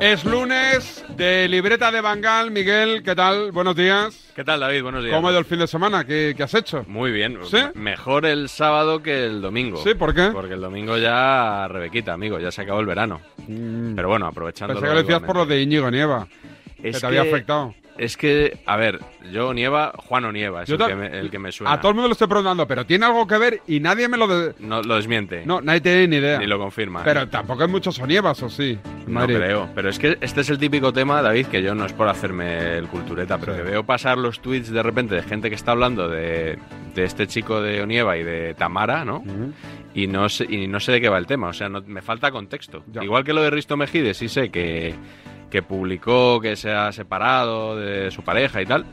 Es lunes de Libreta de Bangal. Miguel, ¿qué tal? Buenos días. ¿Qué tal, David? Buenos días. ¿Cómo ha ido el fin de semana? ¿Qué, qué has hecho? Muy bien. ¿Sí? Mejor el sábado que el domingo. ¿Sí? ¿Por qué? Porque el domingo ya, Rebequita, amigo, ya se acabó el verano. Pero bueno, aprovechando. Mm. Pensé que lo decías por lo de Íñigo Nieva. que te había afectado. Es que, a ver, yo nieva, Juan o nieva, es Yo el ta- que, me, el que me suena. A todo el mundo lo estoy preguntando, pero tiene algo que ver y nadie me lo... de- No lo desmiente. No, nadie tiene ni idea. Ni lo confirma. Pero tampoco hay muchos sonievas, ¿o sí? en No Madrid. creo, pero es que este es el típico tema, David, que yo no es por hacerme el cultureta, pero Sí. que veo pasar los tweets de repente de gente que está hablando de, de este chico de Onieva y de Tamara, ¿no? Y no sé, y no sé de qué va el tema, o sea, no- me falta contexto. Ya. Igual que lo de Risto Mejide, sí sé que, que publicó que se ha separado de su pareja y tal,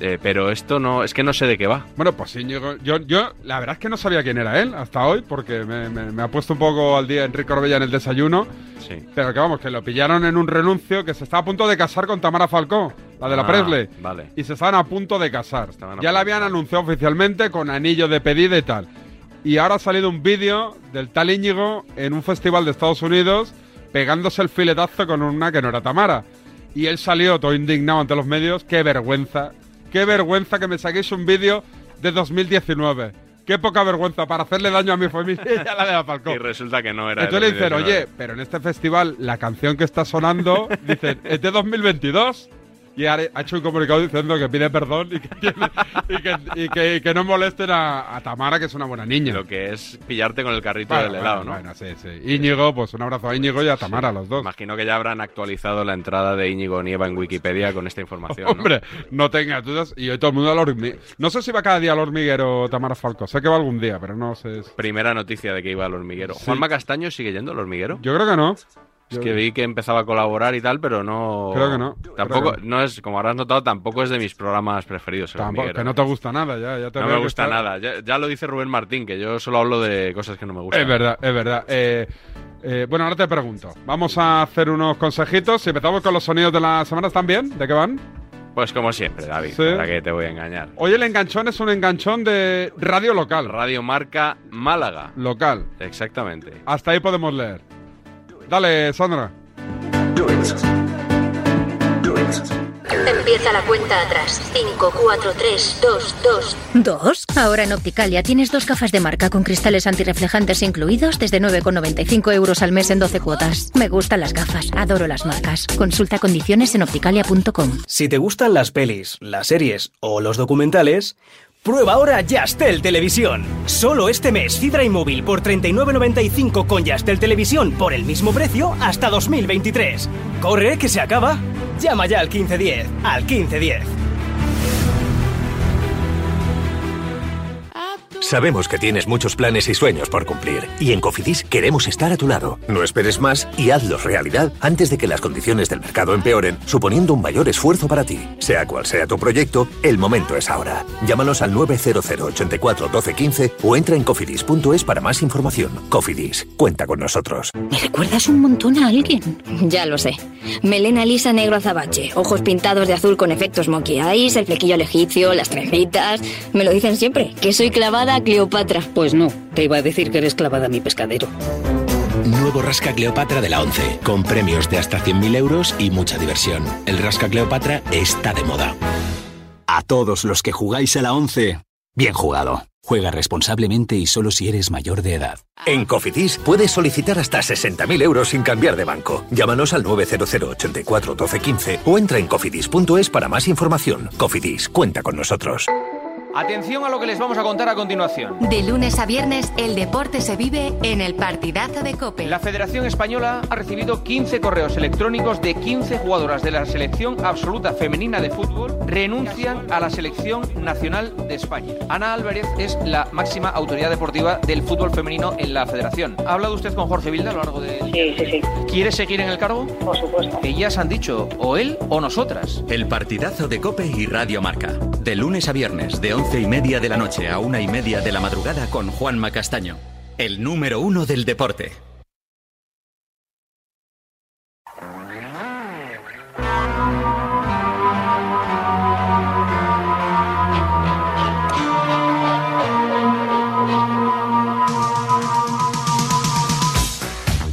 eh, pero esto no, es que no sé de qué va. Bueno, pues Íñigo, yo, yo la verdad es que no sabía quién era él hasta hoy, porque me, me- me ha puesto un poco al día Enrique Orbella en el desayuno, Sí. pero que vamos, que lo pillaron en un renuncio, que se estaba a punto de casar con Tamara Falcó, la de la Ah, Presley, Vale. y se estaban a punto de casar. Estaban a Ya la punto. habían anunciado oficialmente con anillo de pedida y tal. Y ahora ha salido un vídeo del tal Íñigo en un festival de Estados Unidos pegándose el filetazo con una que no era Tamara. Y él salió todo indignado ante los medios. ¡Qué vergüenza! ¡Qué vergüenza que me saquéis un vídeo de 2019! ¡Qué poca vergüenza para hacerle daño a mi familia y a la de la Falcón! Y resulta que no era. Entonces le el dicen, 2019. oye, pero en este festival la canción que está sonando, dicen, es de 2022. Y ha ha hecho un comunicado diciendo que pide perdón y que, tiene- y que, y que- y que no molesten a, a Tamara, que es una buena niña. Lo que es pillarte con el carrito Bueno, del helado, ¿no? bueno, bueno, sí, sí. Íñigo, pues un abrazo a Íñigo y a Tamara, los dos. Imagino que ya habrán actualizado la entrada de Íñigo Nieva en Wikipedia con esta información. ¿no? Hombre, no tengas dudas. Y hoy todo el mundo al hormiguero. No sé si va cada día al hormiguero Tamara Falco. Sé que va algún día, pero no sé. si- Primera noticia de que iba al hormiguero. Sí. ¿Juanma Castaño sigue yendo al hormiguero? Yo creo que no. es que vi que empezaba a colaborar y tal, pero no. Creo que no. Tampoco, Creo que no es, como habrás notado, tampoco es de mis programas preferidos. El Tampoco, hormiguero. que no te gusta nada, ya, ya te No veo me que gusta estás- nada. Ya, ya lo dice Rubén Martín, que yo solo hablo de cosas que no me gustan. Es verdad, es verdad. Eh, eh, bueno, ahora te pregunto. Vamos a hacer unos consejitos. Si empezamos con los sonidos de la semana, ¿están bien? ¿De qué van? Pues como siempre, David, Sí. para que te voy a engañar. Hoy el enganchón es un enganchón de radio local. Radio Marca Málaga. Local. Exactamente. Hasta ahí podemos leer. Dale, Sandra. Empieza la cuenta atrás. 5, 4, 3, 2, 2. ¿Dos? Ahora en Opticalia tienes dos gafas de marca con cristales antirreflejantes incluidos desde 9,95 euros al mes en 12 cuotas. Me gustan las gafas, adoro las marcas. Consulta condiciones en opticalia.com. Si te gustan las pelis, las series o los documentales, prueba ahora Yastel Televisión. Solo este mes fibra y móvil por 39.95 con Yastel Televisión por el mismo precio hasta 2023. Corre que se acaba. Llama ya al 1510, al 1510. Sabemos que tienes muchos planes y sueños por cumplir y en Cofidis queremos estar a tu lado. No esperes más y hazlos realidad antes de que las condiciones del mercado empeoren, suponiendo un mayor esfuerzo para ti. Sea cual sea tu proyecto, el momento es ahora. Llámanos al 900 84 12 15 o entra en cofidis.es para más información. Cofidis, cuenta con nosotros. ¿Me recuerdas un montón a alguien? Ya lo sé. Melena lisa negro azabache, ojos pintados de azul con efectos monkey eyes, el flequillo al egipcio, las trencitas. Me lo dicen siempre, que soy clavada a Cleopatra. Pues no, te iba a decir que eres clavada a mi pescadero. Nuevo Rasca Cleopatra de la 11, con premios de hasta 100.000 euros y mucha diversión. El Rasca Cleopatra está de moda. A todos los que jugáis a la 11, bien jugado. Juega responsablemente y solo si eres mayor de edad. En Cofidis puedes solicitar hasta 60.000 euros sin cambiar de banco. Llámanos al 900 84 12 15 o entra en cofidis.es para más información. Cofidis, cuenta con nosotros. Atención a lo que les vamos a contar a continuación. De lunes a viernes, el deporte se vive en el partidazo de Cope. La Federación Española ha recibido 15 correos electrónicos de 15 jugadoras de la selección absoluta femenina de fútbol renuncian a la selección nacional de España. Ana Álvarez es la máxima autoridad deportiva del fútbol femenino en la Federación. ¿Ha hablado usted con Jorge Vilda a lo largo de Sí, sí, sí, ¿Quiere seguir en el cargo? por supuesto. Ellas han dicho o él o nosotras. El partidazo de Cope y Radio Marca. De lunes a viernes, de once y media de la noche a una y media de la madrugada con Juan Macastaño. El número uno del deporte.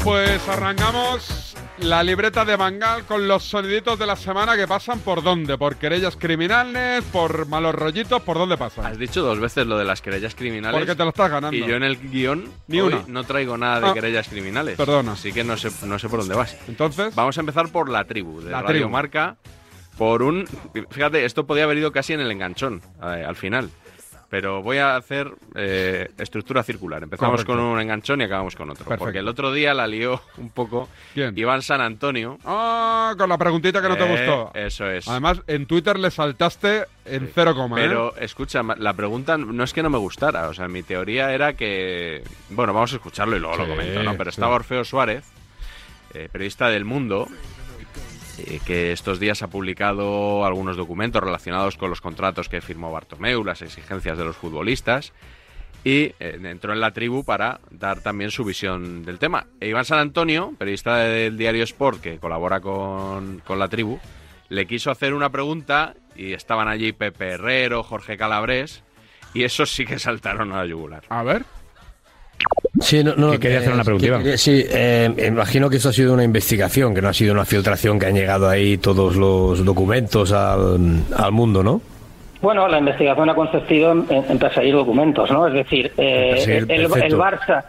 Pues arrancamos la libreta de Bangal con los soniditos de la semana que pasan por dónde, por querellas criminales, por malos rollitos, por dónde pasan. Has dicho dos veces lo de las querellas criminales. Porque te lo estás ganando. Y yo en el guión Ni hoy una. no traigo nada de Ah, querellas criminales. perdona. Así que no sé, no sé por dónde vas. Entonces. Vamos a empezar por la tribu de La Radio tribu. Marca. Por un. Fíjate, esto podía haber ido casi en el enganchón, eh, al final. Pero voy a hacer eh, estructura circular. Empezamos Correcto. con un enganchón y acabamos con otro. Perfecto. Porque el otro día la lió un poco Iván San Antonio. Ah, con la preguntita que no te Eh, gustó. Eso es. Además, en Twitter le saltaste en cero coma. ¿eh? Pero escucha, ma- la pregunta no es que no me gustara, o sea, mi teoría era que... Bueno, vamos a escucharlo y luego lo Sí, comento, ¿no? Pero sí. estaba Orfeo Suárez, eh, periodista del Mundo, eh, que estos días ha publicado algunos documentos relacionados con los contratos que firmó Bartomeu, las exigencias de los futbolistas, y eh, entró en la tribu para dar también su visión del tema. E Iván San Antonio, periodista del diario Sport, que colabora con, con la tribu, le quiso hacer una pregunta y estaban allí Pepe Herrero, Jorge Calabrés, y esos sí que saltaron a la yugular. A ver. Sí, no, no, Que quería hacer una pregunta, que Iván. quería- sí, eh, imagino que esto ha sido una investigación, que no ha sido una filtración que han llegado ahí todos los documentos al, al mundo, ¿no? Bueno, la investigación ha consistido en, en perseguir documentos, ¿no? Es decir, eh, Perseguir, el, el perfecto. Barça,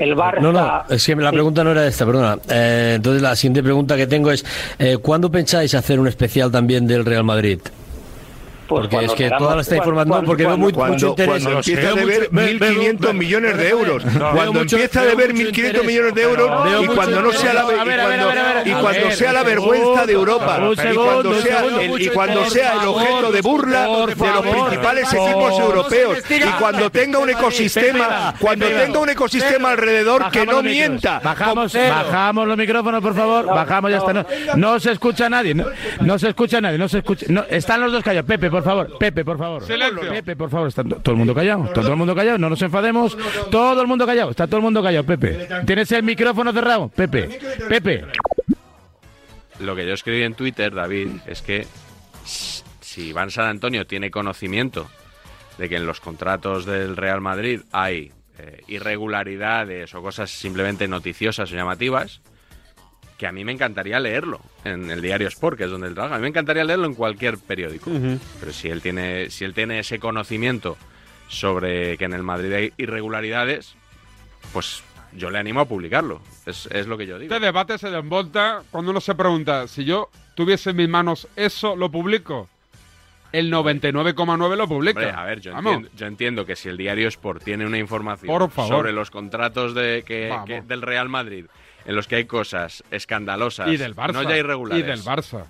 el Barça, No, no, es que la pregunta no era esta, perdona. Eh, entonces la siguiente pregunta que tengo es, eh, ¿cuándo pensáis hacer un especial también del Real Madrid? Porque Pues cuando es que queramos, toda la está cuando- informando cuando- porque veo muy, cuando- mucho interés. cuando empieza Veo a mucho- deber veo- veo- 1.500 millones de euros. No. Cuando Veo mucho- empieza a veo deber mucho 1.500 interés. millones de euros Veo y mucho cuando no sea la interés. y A ver, a ver, cuando- a ver, a ver. y A cuando ver, sea la un vergüenza de segundo, Europa un y cuando segundo, sea un segundo. el, y cuando Por sea el favor, objeto de burla por de los favor, principales por equipos favor. europeos No se y investiga. cuando tenga un Pepe, ecosistema Pepe, cuando Pepe, tenga un ecosistema alrededor que Bajamos no los micros. mienta Bajamos, Con- bajamos los micrófonos, por favor. bajamos, ya está. No, no se escucha nadie. No, no se escucha nadie. No se escucha. no, están los dos callados. Pepe, por favor. Pepe, por favor. Pepe, por favor. Está to- todo el mundo callado. Está todo el mundo callado. No nos enfademos. Todo el mundo callado. Está todo el mundo callado, Pepe. ¿Tienes el micrófono cerrado? Pepe. Pepe. Lo que yo escribí en Twitter, David, es que s- si Iván San Antonio tiene conocimiento de que en los contratos del Real Madrid hay eh, irregularidades o cosas simplemente noticiosas o llamativas, que a mí me encantaría leerlo en el diario Sport, que es donde él trabaja. A mí me encantaría leerlo en cualquier periódico. Ujú. Pero si él tiene, si él tiene ese conocimiento sobre que en el Madrid hay irregularidades, pues yo le animo a publicarlo. Es, es lo que yo digo. Este debate se desmonta cuando uno se pregunta, si yo tuviese en mis manos eso, ¿lo publico? El 99,9 lo publica. Hombre, a ver, yo Vamos. entiendo, yo entiendo que si el diario Sport tiene una información Por favor. sobre los contratos de que, Vamos. que- del Real Madrid, en los que hay cosas escandalosas, Y del Barça. no ya irregulares. Y del Barça.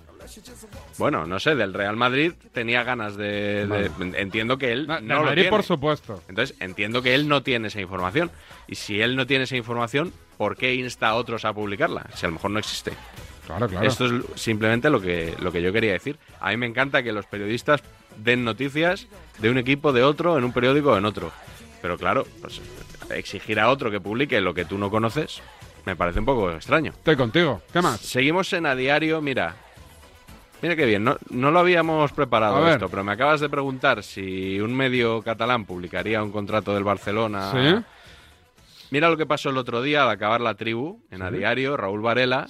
Bueno, no sé, del Real Madrid tenía ganas de. de- Entiendo que él no, Del lo Madrid, tiene. por supuesto. Entonces, entiendo que él no tiene esa información. Y si él no tiene esa información, ¿por qué insta a otros a publicarla? Si a lo mejor no existe. Claro, claro. Esto es l- simplemente lo que, lo que yo quería decir. A mí me encanta que los periodistas den noticias de un equipo, de otro, en un periódico o en otro. Pero claro, pues, exigir a otro que publique lo que tú no conoces me parece un poco extraño. Estoy contigo. ¿Qué más? Seguimos en A Diario, mira. Mira qué bien, no, no lo habíamos A preparado ver. esto, pero me acabas de preguntar si un medio catalán publicaría un contrato del Barcelona. Sí. Mira lo que pasó el otro día al acabar la tribu, en A Sí. Diario, Raúl Varela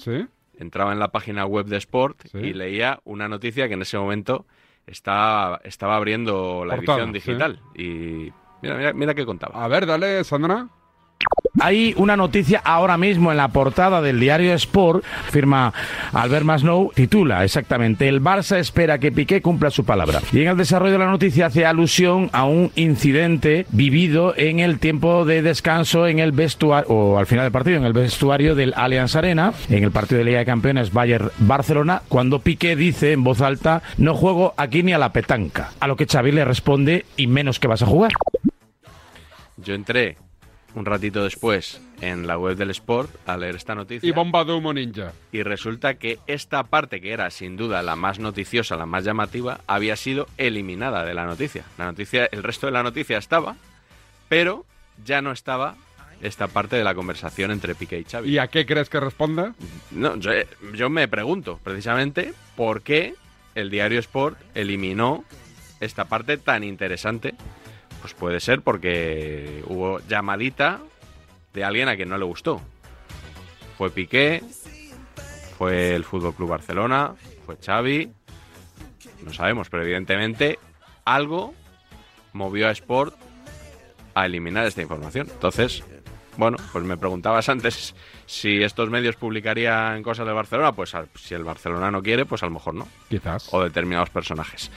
entraba en la página web de Sport y leía una noticia que en ese momento estaba, estaba abriendo la Portada, edición digital. Y mira, mira, mira qué contaba. A ver, dale, Sandra. Hay una noticia ahora mismo en la portada del diario Sport, firma Albert Masnou, titula exactamente El Barça espera que Piqué cumpla su palabra. Y en el desarrollo de la noticia hace alusión a un incidente vivido en el tiempo de descanso en el vestuario, o al final del partido, en el vestuario del Allianz Arena, en el partido de Liga de Campeones Bayern-Barcelona, cuando Piqué dice en voz alta, no juego aquí ni a la petanca. A lo que Xavi le responde, y menos que vas a jugar. Yo entré un ratito después en la web del Sport a leer esta noticia. Y bomba de humo ninja. Y resulta que esta parte, que era sin duda la más noticiosa, la más llamativa, había sido eliminada de la noticia. La noticia, el resto de la noticia estaba, pero ya no estaba esta parte de la conversación entre Piqué y Xavi. ¿Y a qué crees que responda? No, yo, eh, yo me pregunto precisamente por qué el diario Sport eliminó esta parte tan interesante. Pues puede ser porque hubo llamadita de alguien a quien no le gustó. Fue Piqué, fue el Fútbol Club Barcelona, fue Xavi. No sabemos, pero evidentemente algo movió a Sport a eliminar esta información. Entonces, bueno, pues me preguntabas antes si estos medios publicarían cosas de Barcelona. Pues al- si el Barcelona no quiere, pues a lo mejor no. Quizás. O determinados personajes.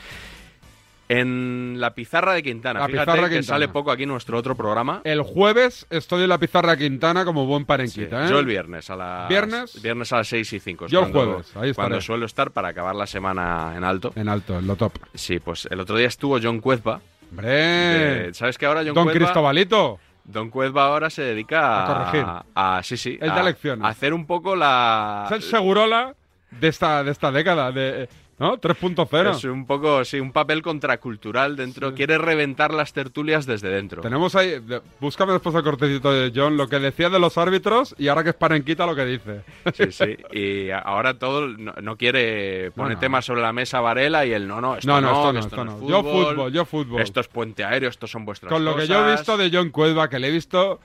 En la pizarra de Quintana, La fíjate pizarra de que Quintana. sale poco aquí nuestro otro programa. El jueves estoy en la pizarra Quintana como buen parenquita, ¿eh? Yo el viernes a las ¿Viernes? viernes a las 6 y 5. Yo el jueves, ahí estaré. Cuando suelo estar para acabar la semana en alto. En alto, en lo top. Sí, pues el otro día estuvo John Cuezba. ¡Hombre! De- ¿Sabes que ahora John Don Cuezba- Cristobalito. Don Cuezba ahora se dedica A a... corregir. a- sí, sí. Él a- da lecciones. a hacer un poco la... Es el segurola de esta, de esta década, de, ¿no? 3.0. Es un poco, sí, un papel contracultural dentro. Quiere reventar las tertulias desde dentro. Tenemos ahí, de- búscame después el cortecito de John, lo que decía de los árbitros y ahora que es parenquita lo que dice. Sí, sí. Y a- ahora todo no, no quiere poner no. temas sobre la mesa Varela y él, no, no, esto No, no, no, esto no, que esto esto no no. es Yo fútbol, fútbol, yo fútbol. Esto es puente aéreo, estos son vuestras Con lo que yo he cosas. visto de John Cuelva, que le he visto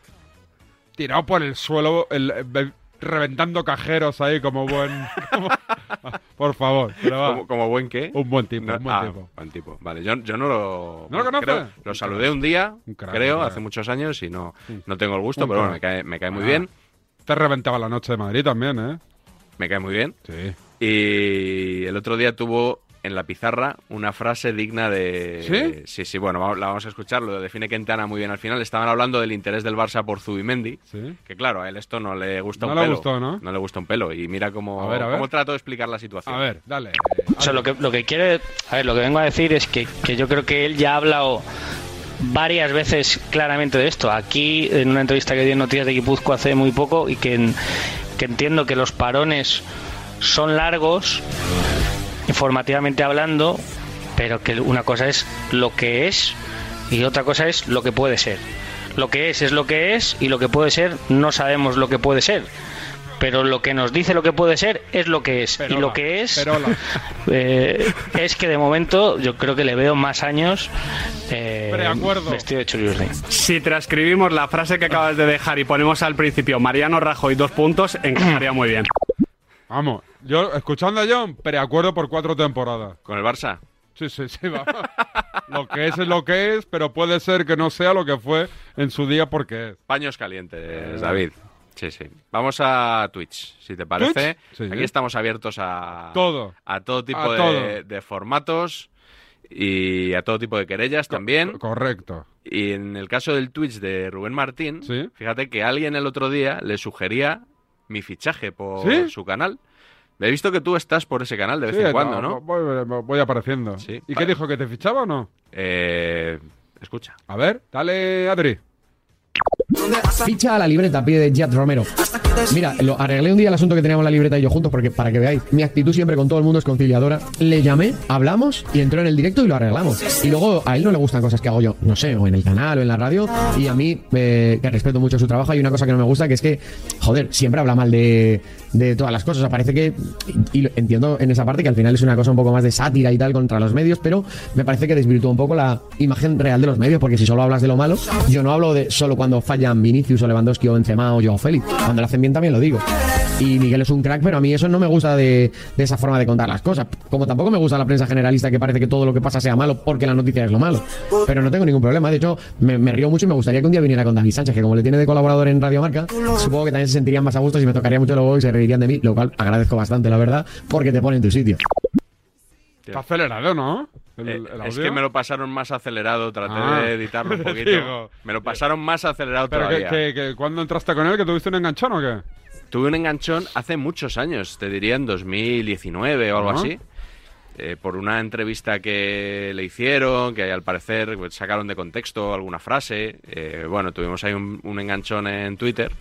tirado por el suelo, el- eh, reventando cajeros ahí como buen... como- por favor, pero va. ¿Como, como buen qué? Un buen tipo, No, un buen ah, tipo. buen tipo. Vale, yo, yo no lo... ¿No lo creo- conoces? lo saludé un día, Un crack, creo, un crack. hace muchos años y no, no tengo el gusto, Un pero bueno, me crack. cae, me cae muy Ah. bien. Te reventaba la noche de Madrid también, ¿eh? Me cae muy bien. Sí. Y el otro día tuvo en la pizarra una frase digna de... ¿Sí? Sí, bueno, va- la vamos a escuchar, lo define Quintana muy bien al final. Estaban hablando del interés del Barça por Zubimendi. Sí. Que claro, a él esto no le gusta No un le pelo. gustó, ¿no? le gusta un pelo. Y mira cómo, A ver, a ver. cómo trato de explicar la situación. A ver, dale. O sea, lo que, lo que quiere, a ver, lo que vengo a decir es que, que yo creo que él ya ha hablado varias veces claramente de esto. Aquí, en una entrevista que dio en Noticias de Guipúzcoa hace muy poco, y que, en- que entiendo que los parones son largos, informativamente hablando, pero que una cosa es lo que es y otra cosa es lo que puede ser. Lo que es es lo que es y lo que puede ser no sabemos lo que puede ser. Pero lo que nos dice lo que puede ser es lo que es. y lo que es eh, es que de momento yo creo que le veo más años eh, vestido de Churiurdi. Si transcribimos la frase que acabas de dejar y ponemos al principio Mariano Rajoy dos puntos, encajaría muy bien. Vamos, yo escuchando a John, preacuerdo por cuatro temporadas. ¿Con el Barça? Sí, sí, sí, vamos. lo que es es lo que es, pero puede ser que no sea lo que fue en su día porque es. Paños Eh. calientes, David. Sí, sí. Vamos a Twitch, si te parece. ¿Twitch? Sí. Aquí estamos abiertos a Todo. a todo tipo A de, todo. de formatos y a todo tipo de querellas también. Correcto. Y en el caso del Twitch de Rubén Martín, fíjate que alguien el otro día le sugería mi fichaje por ¿Sí? su canal. He visto que tú estás por ese canal de vez Sí, en cuando, no, ¿no? Voy, voy apareciendo. ¿Y qué dijo? ¿Que te fichaba o no? Eh, escucha. A ver, dale, Adri. Ficha a la libreta, pide Jad Romero. Mira, lo arreglé un día el asunto que teníamos la libreta y yo juntos, porque para que veáis, mi actitud siempre con todo el mundo es conciliadora. Le llamé, hablamos y entró en el directo y lo arreglamos. Y luego a él no le gustan cosas que hago yo, no sé, o en el canal o en la radio. Y a mí, eh, que respeto mucho su trabajo, hay una cosa que no me gusta, que es que, joder, siempre habla mal de, de todas las cosas. O sea, parece que, y lo- entiendo en esa parte que al final es una cosa un poco más de sátira y tal contra los medios, pero me parece que desvirtúa un poco la imagen real de los medios, porque si solo hablas de lo malo, yo no hablo de solo cuando fallan Vinicius o Lewandowski o Benzema o Joao Félix. Cuando lo hacen bien también lo digo. Y Miguel es un crack, pero a mí eso no me gusta de, de esa forma de contar las cosas. Como tampoco me gusta la prensa generalista que parece que todo lo que pasa sea malo porque la noticia es lo malo. Pero no tengo ningún problema. De hecho, me, me río mucho y me gustaría que un día viniera con David Sánchez, que como le tiene de colaborador en Radio Marca, supongo que también se sentirían más a gusto y me tocaría mucho luego y se reirían de mí, lo cual agradezco bastante, la verdad, porque te pone en tu sitio. Está acelerado, ¿no? El- Eh, el es audio. que me lo pasaron más acelerado, traté Ah. de editarlo un Te poquito. digo. me lo pasaron más acelerado Pero que, todavía. que, que cuando entraste con él, que tuviste un enganchón o qué? Tuve un enganchón hace muchos años, te diría en 2019 o algo Ajá. así, eh, por una entrevista que le hicieron, que al parecer pues, sacaron de contexto alguna frase. Eh, bueno, tuvimos ahí un, un enganchón en Twitter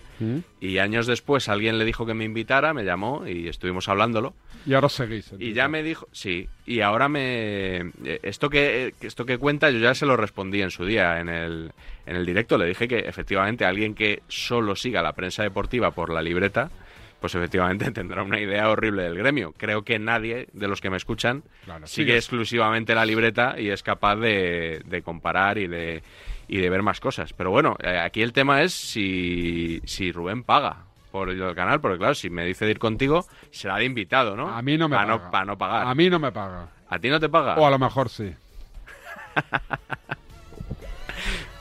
y años después alguien le dijo que me invitara, me llamó y estuvimos hablándolo. Y ahora seguís. Y ya me dijo, sí, y ahora me... eh, Esto que, que esto que cuenta yo ya se lo respondí en su día, en el, en el directo, le dije que efectivamente alguien que solo siga la prensa deportiva por la libreta, pues efectivamente tendrá una idea horrible del gremio. Creo que nadie de los que me escuchan Claro, sigue sí, es- exclusivamente la libreta y es capaz de, de comparar y de, y de ver más cosas. Pero bueno, eh, aquí el tema es si, si Rubén paga. por el canal, porque claro, si me dice de ir contigo, será de invitado, ¿no? A mí no me para paga. No, para no pagar. A mí no me paga. ¿A ti no te paga? O a lo mejor sí.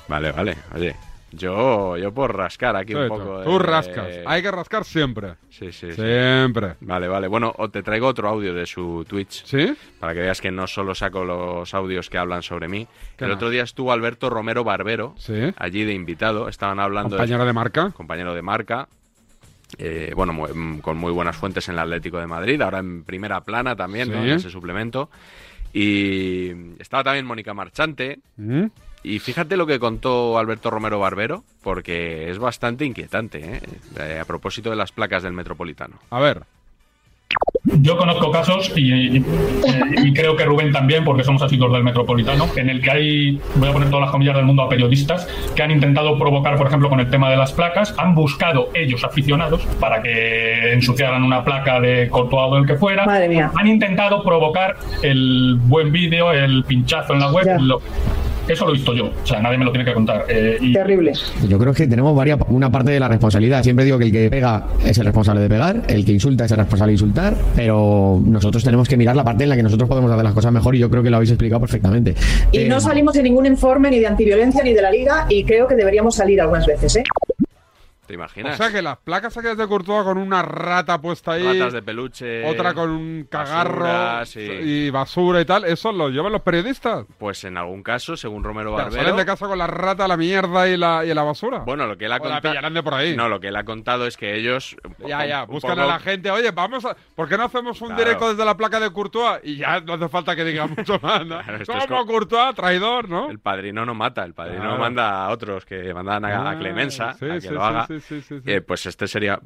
Vale, vale, oye. Yo, yo por rascar aquí un Tú, poco. tú de- rascas. Hay que rascar siempre. Sí, sí, sí. Siempre. Vale, vale. Bueno, o te traigo otro audio de su Twitch. ¿Sí? Para que veas que no solo saco los audios que hablan sobre mí. ¿Qué El más? otro día estuvo Alberto Romero Barbero, Sí. allí de invitado. Estaban hablando. Compañero de marca. Compañero de marca. Eh, bueno, mu- mm, con muy buenas fuentes en el Atlético de Madrid. Ahora en primera plana también, ¿no? Sí. En ese suplemento. Y estaba también Mónica Marchante. ¿Mm? Y fíjate lo que contó Alberto Romero Barbero, porque es bastante inquietante, ¿eh? Eh, a propósito de las placas del Metropolitano. A ver. Yo conozco casos y, y- eh, y creo que Rubén también, porque somos así los del Metropolitano, en el que hay, voy a poner todas las comillas del mundo a periodistas que han intentado provocar, por ejemplo, con el tema de las placas, han buscado ellos aficionados para que ensuciaran una placa de Courtois o del que fuera, han intentado provocar el buen vídeo, el pinchazo en la web, lo- eso lo he visto yo, o sea, nadie me lo tiene que contar. eh, Terrible. Yo creo que tenemos varias, una parte de la responsabilidad. Siempre digo que el que pega es el responsable de pegar, el que insulta es el responsable de insultar, pero nosotros tenemos que mirar la parte en la que nosotros podemos hacer las cosas mejor y yo creo que lo habéis explicado perfectamente. Y Eh, no salimos de ningún informe ni de antiviolencia ni de la liga y creo que deberíamos salir algunas veces, ¿eh? ¿Te O imaginas? sea que las placas aquellas de Courtois con una rata puesta ahí. Ratas de peluche. Otra con un cagarro basura, sí. y basura y tal. ¿Eso lo llevan los periodistas? Pues en algún caso, según Romero Ya, Barbero. salen de casa con la rata, la mierda y la, y la basura. Bueno, lo que él ha O la contado. pillarán de por ahí. No, lo que él ha contado es que ellos. Ya, ya, un buscan a poco- la gente. Oye, vamos a. ¿Por qué no hacemos un Claro. directo desde la placa de Courtois? Y ya no hace falta que diga mucho más, ¿no? Claro, esto es ¿Cómo como- Courtois? Traidor, ¿no? El padrino no mata, el padrino Claro. manda a otros que mandan a, a Ah, Clemensa sí, a que sí, lo sí, haga. sí, sí, sí, sí. Eh, pues este sería.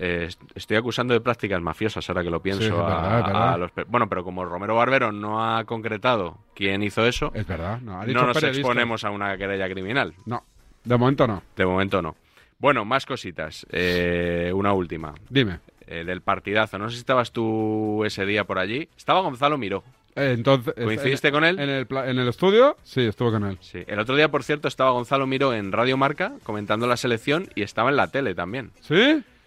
eh, est- estoy acusando de prácticas mafiosas ahora que lo pienso Sí, es a- verdad, es a, verdad. los. pe- Bueno, pero como Romero Barbero no ha concretado quién hizo eso, Es verdad, no. Ha dicho no nos periodista. exponemos a una querella criminal. No, de momento no. De momento no. Bueno, más cositas. Eh, una última. Dime. Eh, del partidazo. No sé si estabas tú ese día por allí. Estaba Gonzalo Miró. Eh, entonces. ¿Coincidiste en- con él? En el, pla- en el estudio, sí, estuve con él. Sí. El otro día, por cierto, estaba Gonzalo Miró en Radio Marca comentando la selección y estaba en la tele también. ¿Sí?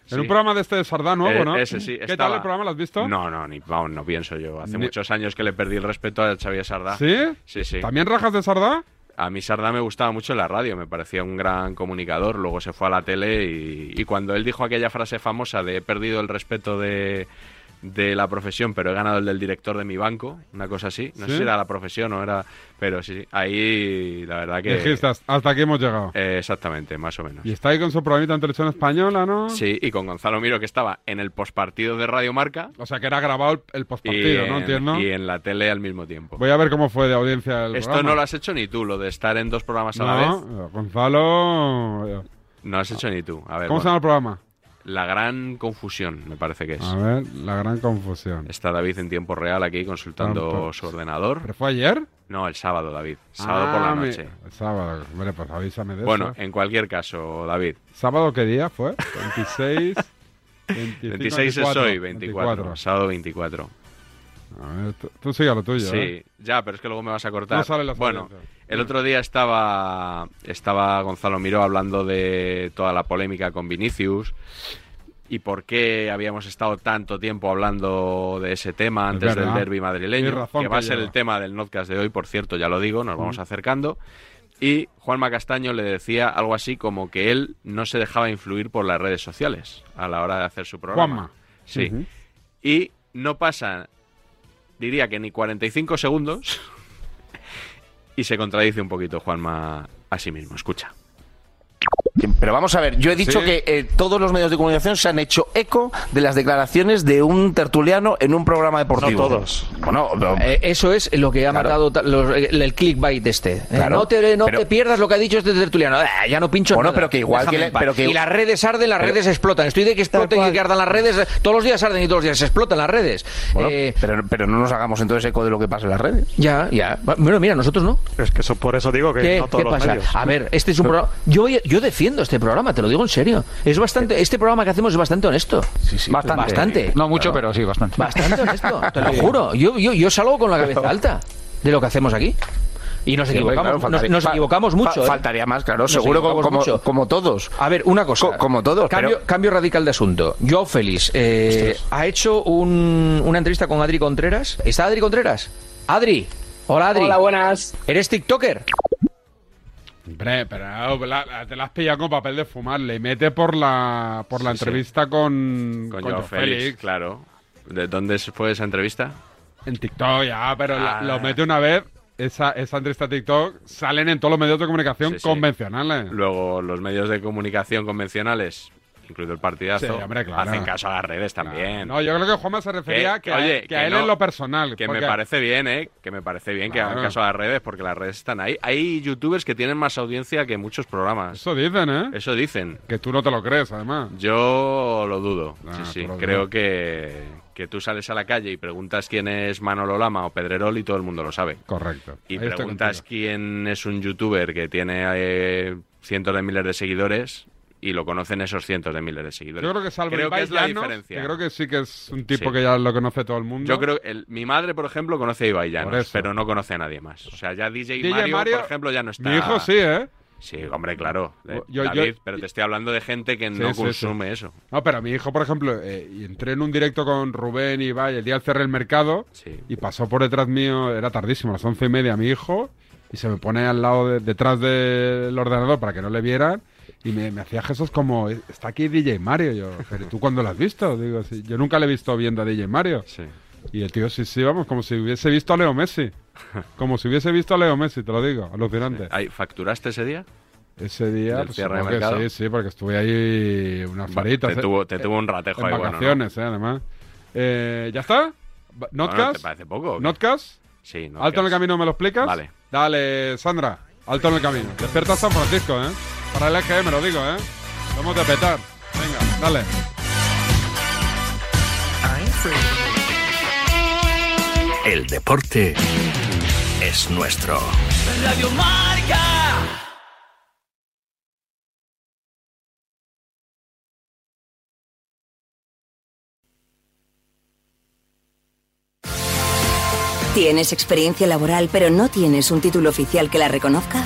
En Sí. un programa de este de Sardá nuevo, Eh, ¿no? ese sí, ¿Qué tal estaba. el programa? ¿Lo has visto? No, no, ni vamos, no pienso yo. Hace Ni- muchos años que le perdí el respeto a Xavier Sardá. ¿Sí? Sí, sí. ¿También rajas de Sardá? A mí Sardá me gustaba mucho en la radio, me parecía un gran comunicador. Luego se fue a la tele y, y cuando él dijo aquella frase famosa de he perdido el respeto de, de la profesión, pero he ganado el del director de mi banco, una cosa así. No ¿Sí? sé si era la profesión o era. Pero sí, sí. ahí la verdad que. Dijiste, hasta aquí hemos llegado. Eh, exactamente, más o menos. Y está ahí con su programita en televisión española, ¿no? Sí, y con Gonzalo Miro que estaba en el pospartido de Radio Marca. O sea que era grabado el, el y postpartido, ¿no? en- Entiendo. Y en la tele al mismo tiempo. Voy a ver cómo fue de audiencia el Esto programa. no lo has hecho ni tú, lo de estar en dos programas a la vez. No, Gonzalo. eh, No has hecho ni tú. A ver, ¿Cómo se llama el programa? La gran confusión, me parece que es. A ver, la gran confusión. Está David en tiempo real aquí consultando Tampoco- su ordenador. Ah, ¿Pero fue ayer? No, el sábado, David. Sábado por la Ah, me- noche. el Sábado, hombre, pues avísame de Bueno, eso. en cualquier caso, David. ¿Sábado qué día fue? 26. 25, 26 es 24, hoy, 24. Sábado 24. A ver, tú, tú sigue lo tuyo. Sí, ¿eh? ya, pero es que luego me vas a cortar. No sale la bueno, audiencias. el otro día estaba estaba Gonzalo Miró hablando de toda la polémica con Vinicius y por qué habíamos estado tanto tiempo hablando de ese tema antes verdad. del derby madrileño, Tienes razón que va a que ser lleva. el tema del podcast de hoy, por cierto, ya lo digo, nos vamos Ujú. acercando. Y Juanma Castaño le decía algo así como que él no se dejaba influir por las redes sociales a la hora de hacer su programa. Juanma. Sí. Ujú. Y no pasa, diría que ni 45 segundos, y se contradice un poquito Juanma a sí mismo. Escucha. Pero vamos a ver, yo he dicho Sí. que eh, todos los medios de comunicación se han hecho eco de las declaraciones de un tertuliano en un programa deportivo. No todos. Bueno, pero- Eh, eso es lo que ha Claro. matado ta- los- el, el clickbait este. Eh, Claro. no te, no Pero- te pierdas lo que ha dicho este tertuliano. Ah, ya no pincho Bueno, nada. pero que igual Déjame que le- en paz. pero que- Y las redes arden, las Pero- redes explotan. Estoy de que exploten y que ardan las redes. Todos los días arden y todos los días se explotan las redes. bueno, Eh, pero, pero no nos hagamos entonces eco de lo que pasa en las redes. Ya, ya. Bueno, mira, nosotros no. Es que eso, por eso digo ¿Qué, qué pasa? A ver, este es un programa. Yo, yo defiendo este programa, te lo digo en serio. Es bastante, este programa que hacemos es bastante honesto. Bastante. Bastante. No mucho, pero sí, bastante. Bastante honesto, te lo juro. Yo, yo, yo salgo con la cabeza alta de lo que hacemos aquí. Y nos Sí, hombre, equivocamos, claro, nos, faltaría- nos fa- equivocamos fa- mucho. ¿eh? faltaría más, claro, Nos seguro, equivocamos como- mucho. como todos. A ver, una cosa. como todos, Cambio, pero- cambio radical de asunto. Joao Félix eh, ha hecho un- una entrevista con Adri Contreras. ¿Está Adri Contreras? Adri. Hola, Adri. Hola, buenas. ¿Eres TikToker? Hombre, pero la- la- te la has pillado con papel de fumar. Le mete por la, por la Sí, sí. entrevista con, Con con Joao Joe Félix, Félix. claro. ¿De dónde fue esa entrevista? En TikTok ya, pero la- Ah. lo mete una vez. Esa, esa entrevista a TikTok salen en todos los medios de comunicación Sí, sí. convencionales. Luego, los medios de comunicación convencionales, incluido el partidazo, Sí, hombre, claro. hacen caso a las redes también. No, yo creo que Juanma se refería Que- que, a- oye, que que a él no, en lo personal. Que porque- me parece bien, ¿eh? Que me parece bien que hagan Claro. caso a las redes, porque las redes están ahí. Hay youtubers que tienen más audiencia que muchos programas. Eso dicen, ¿eh? Eso dicen. Que tú no te lo crees, además. Yo lo dudo. Ah, sí, sí. tú lo Creo dudas. que, que tú sales a la calle y preguntas quién es Manolo Lama o Pedrerol y todo el mundo lo sabe. Correcto. Y Ahí estoy preguntas quién es un youtuber que tiene eh, cientos de miles de seguidores y lo conocen esos cientos de miles de seguidores. Yo creo que salvo Creo Ibai que es la Llanos, diferencia. que creo que sí que es un tipo Sí. que ya lo conoce todo el mundo. Yo creo el- mi madre, por ejemplo, conoce a Ibai Por Llanos, eso. pero no conoce a nadie más. O sea, ya DJ, DJ Mario, Mario, por ejemplo, ya no está. Mi hijo sí, ¿eh? Sí, hombre, claro. eh, Yo- yo- David, pero te estoy hablando de gente que no Sí, sí, consume sí. eso. No, pero mi hijo, por ejemplo, eh, y entré en un directo con Rubén y Ibai el día del cierre del mercado y pasó por detrás mío, era tardísimo, a las once y media, mi hijo, y se me pone al lado, de- detrás del ordenador para que no le vieran y me, me hacía gestos como, "Eh, está aquí DJ Mario. Yo, "Pero, ¿tú cuándo lo has visto? Digo, "Sí, yo nunca le he visto viendo a DJ Mario. Y el tío, sí, sí, vamos, como si hubiese visto a Leo Messi. Como si hubiese visto a Leo Messi, te lo digo, alucinante. Ay, ¿Facturaste ese día? Ese día, ¿Del pues, cierre de supongo que mercado? sí, sí, porque estuve ahí unas Bueno, faritas. te eh, tuvo- te tuvo un ratejo en ahí, bueno, vacaciones, eh, además. Eh, ¿Ya está? Ba- Bueno, ¿Notcast? ¿Te parece poco? o qué? ¿Notcast? Sí, no. ¿Alto en el que- camino me lo explicas? Vale. Dale, Sandra, alto en el camino. Despierta San Francisco, ¿eh? Para el EGM, me lo digo, ¿eh? Vamos a petar. Venga, dale. El deporte es nuestro. Radio Marca. ¿Tienes experiencia laboral pero no tienes un título oficial que la reconozca?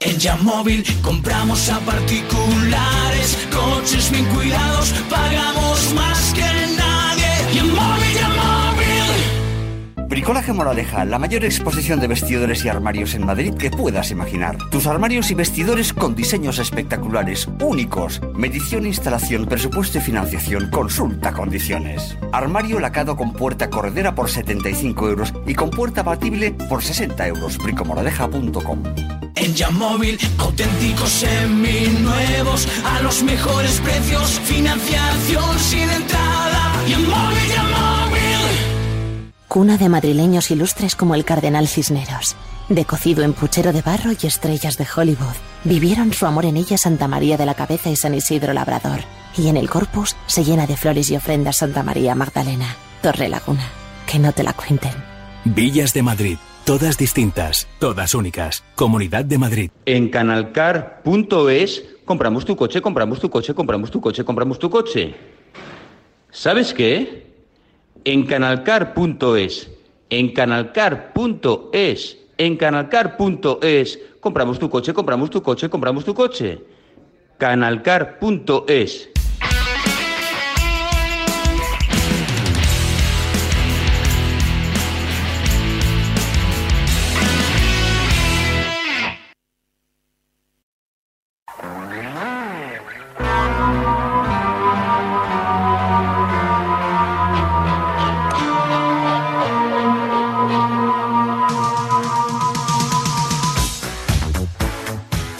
En Yamóvil compramos a particulares, coches bien cuidados, pagamos más que nadie. Yamóvil, Yamóvil. Bricolaje Moraleja, la mayor exposición de vestidores y armarios en Madrid que puedas imaginar. Tus armarios y vestidores con diseños espectaculares, únicos. Medición, instalación, presupuesto y financiación. Consulta condiciones. Armario lacado con puerta corredera por 75 euros y con puerta abatible por 60 euros. Bricomoradeja.com En Yamóvil, auténticos seminuevos, a los mejores precios, financiación sin entrada. Yamóvil, Yamóvil. Cuna de madrileños ilustres como el Cardenal Cisneros. De cocido en puchero de barro y estrellas de Hollywood, vivieron su amor en ella Santa María de la Cabeza y San Isidro Labrador. Y en el corpus se llena de flores y ofrendas Santa María Magdalena, Torre Laguna. Que no te la cuenten. Villas de Madrid, todas distintas, todas únicas. Comunidad de Madrid. En canalcar.es compramos tu coche, compramos tu coche, compramos tu coche, compramos tu coche. ¿Sabes qué? En canalcar.es, en canalcar.es, en canalcar.es compramos tu coche, compramos tu coche, compramos tu coche. canalcar.es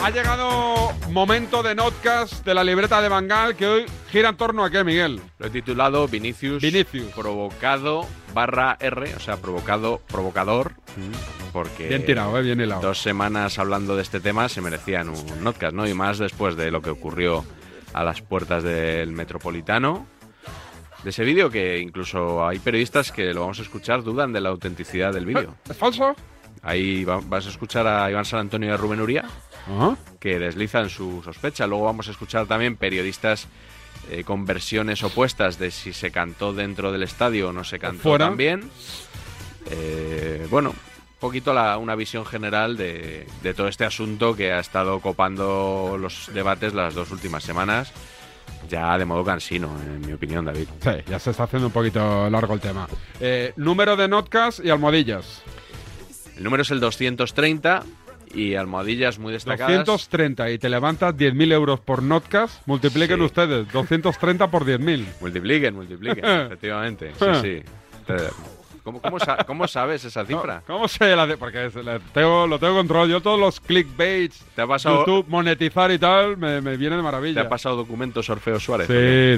Ha llegado momento de Notcast de la libreta de Bangal que hoy gira en torno a qué, Miguel. Lo he titulado Vinicius, provocado barra R, o sea, provocado, provocador, porque Bien tirado, eh, bien hilado. dos semanas hablando de este tema se merecían un notcast, ¿no? Y más después de lo que ocurrió a las puertas del Metropolitano. De ese vídeo que incluso hay periodistas que lo vamos a escuchar dudan de la autenticidad del vídeo. ¿Es falso? Ahí va- vas a escuchar a Iván San Antonio y a Rubén Uría, que deslizan su sospecha. Luego vamos a escuchar también periodistas eh, con versiones opuestas de si se cantó dentro del estadio o no se cantó Fuera. también. Eh, bueno, un poquito la- una visión general de, de todo este asunto que ha estado copando los debates las dos últimas semanas. Ya de modo cansino, en mi opinión, David. Sí, ya se está haciendo un poquito largo el tema. Eh, número de notcas y almohadillas. El número es el 230 y almohadillas muy destacadas. 230 y te levantas 10.000 euros por notcast, multipliquen Sí. ustedes 230 por 10.000. Multipliquen, multipliquen, efectivamente. Sí, sí. Eh, ¿Cómo, cómo sa- cómo sabes esa cifra? ¿Cómo sé la de- Porque es- la tengo- lo tengo control. Yo todos los clickbaits, ¿Te ha pasado- YouTube, monetizar y tal, me, me viene de ¿Te maravilla. ha pasado documento Orfeo Suárez?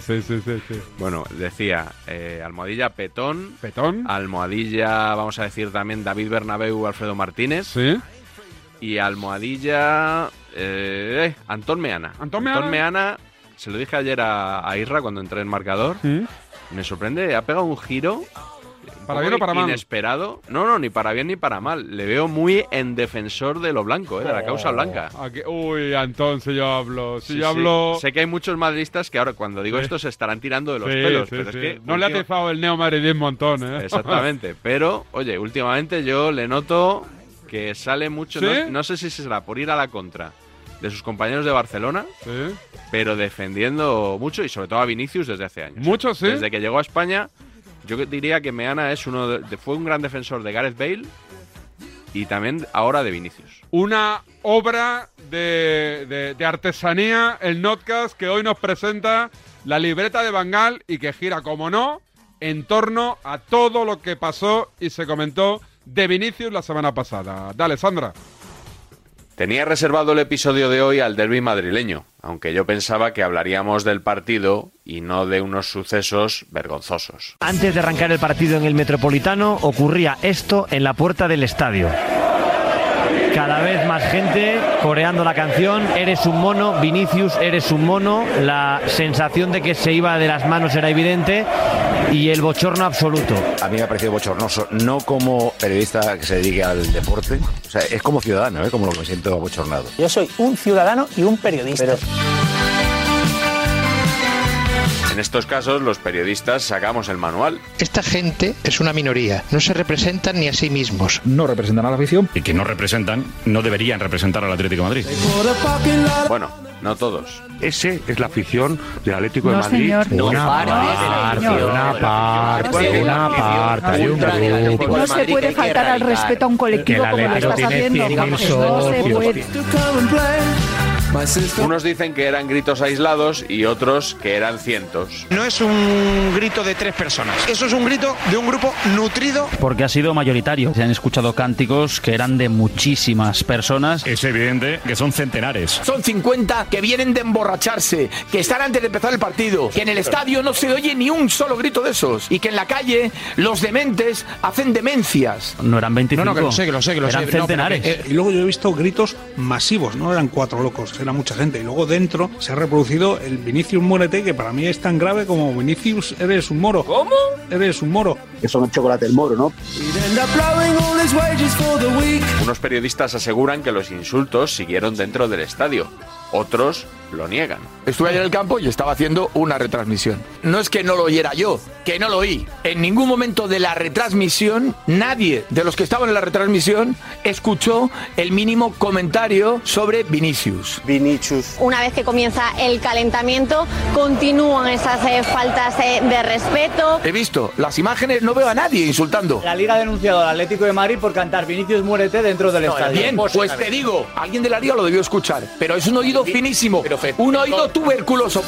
Sí, sí, sí, sí, sí. Bueno, decía, eh, almohadilla Petón. Petón. Almohadilla, vamos a decir también David Bernabeu, Alfredo Martínez. Sí. Y almohadilla eh, Antón Meana. Antón Meana. se lo dije ayer a, a Isra cuando entré en marcador. Me sorprende, ha pegado un giro. un poco Para bien o para mal. Inesperado. No, no, ni para bien ni para mal. Le veo muy en defensor de lo blanco, eh, de la causa Oh. blanca. Aquí- uy, Antón, si yo hablo. Si Sí, yo sí. hablo. Sé que hay muchos madridistas que ahora, cuando digo Sí. esto, se estarán tirando de los Sí, pelos. sí, pero es sí. que no le ha última- tefado el neomaridismo a Antón, ¿eh? Exactamente. Pero, oye, últimamente yo le noto que sale mucho. ¿Sí? No, no sé si será por ir a la contra de sus compañeros de Barcelona, Sí. pero defendiendo mucho y sobre todo a Vinicius desde hace años. Mucho, sí. Desde que llegó a España, yo que- diría que Meana es uno de- de- fue un gran defensor de Gareth Bale y también ahora de Vinicius. Una obra de, de- de artesanía, el Notcast, que hoy nos presenta la libreta de Bangal y que gira, como no, en torno a todo lo que pasó y se comentó de Vinicius la semana pasada. Dale, Sandra. Tenía reservado el episodio de hoy al derby madrileño, aunque yo pensaba que hablaríamos del partido y no de unos sucesos vergonzosos. Antes de arrancar el partido en el Metropolitano ocurría esto en la puerta del estadio. Cada vez más gente coreando la canción Eres un mono, Vinicius, eres un mono. La sensación de que se iba de las manos era evidente y el bochorno absoluto. A mí me ha parecido bochornoso, no como periodista que se dedique al deporte, o sea, es como ciudadano, ¿eh? como lo que me siento bochornado. Yo soy un ciudadano y un periodista. En estos casos, los periodistas sacamos el manual. Esta gente es una minoría, no se representan ni a sí mismos. No representan a la afición. Y que no representan, no deberían representar al Atlético de Madrid. Bueno, no todos. Ese es la afición del Atlético de No, Madrid. señor. No, Una parte parte, de la afición. una parte, una parte, hay un grupo. No se puede faltar al respeto a un colectivo como lo estás haciendo. Digamos, no se puede. Unos dicen que eran gritos aislados y otros que eran cientos. No es un grito de tres personas, eso es un grito de un grupo nutrido. Porque ha sido mayoritario. Se han escuchado cánticos que eran de muchísimas personas. Es evidente que son centenares. Son 50 que vienen de emborracharse, que están antes de empezar el partido, que en el estadio no se oye ni un solo grito de esos y que en la calle los dementes hacen demencias. No eran 25. No, no, que lo sé, que lo sé, que lo eran sé. No, pero centenares. que- eh, Y luego yo he visto gritos masivos, no eran cuatro locos, era mucha gente. Y luego dentro se ha reproducido el Vinicius Muérete, que para mí es tan grave como Vinicius, eres un moro. ¿Cómo? Eres un moro. Eso no es chocolate el moro, ¿no? Unos periodistas aseguran que los insultos siguieron dentro del estadio. Otros lo niegan. Estuve ayer en el campo y estaba haciendo una retransmisión. No es que no lo oyera yo, que no lo oí. En ningún momento de la retransmisión, nadie de los que estaban en la retransmisión escuchó el mínimo comentario sobre Vinicius. Vinicius. Una vez que comienza el calentamiento, continúan esas eh, faltas eh, de respeto. He visto las imágenes, no veo a nadie insultando. La Liga ha denunciado al Atlético de Madrid por cantar Vinicius muérete dentro del No, estadio. bien, pues te digo, alguien de la liga lo debió escuchar, pero es un oído finísimo, un oído tuberculoso.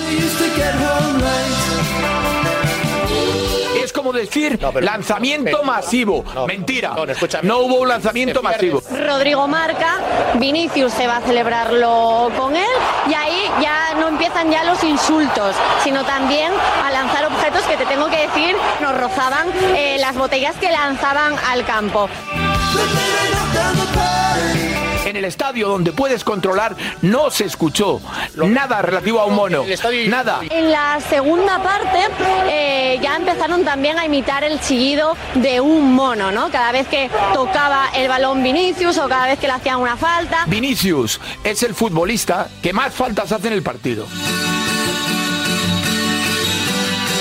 Es como decir lanzamiento masivo. Mentira. no hubo un lanzamiento masivo. Rodrigo marca, Vinicius se va a celebrarlo con él y ahí ya no empiezan ya los insultos, sino también a lanzar objetos que te tengo que decir nos rozaban eh, las botellas que lanzaban al campo. En el estadio donde puedes controlar no se escuchó nada relativo a un mono. Nada. En la segunda parte eh, ya empezaron también a imitar el chillido de un mono, ¿no? Cada vez que tocaba el balón Vinicius o cada vez que le hacían una falta. Vinicius es el futbolista que más faltas hace en el partido.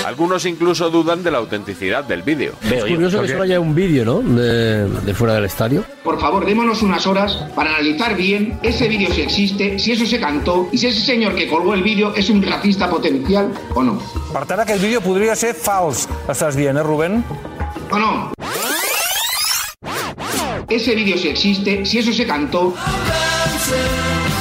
Algunos incluso dudan de la autenticidad del vídeo. Es curioso que solo haya un vídeo, ¿no? De, de fuera del estadio. Por favor, démonos unas horas para analizar bien ese vídeo si existe, si eso se cantó y si ese señor que colgó el vídeo es un racista potencial o no. Per tant, aquest vídeo podria ser fals, estàs dient, eh, Rubén? O no. Ese vídeo si existe, si eso se cantó.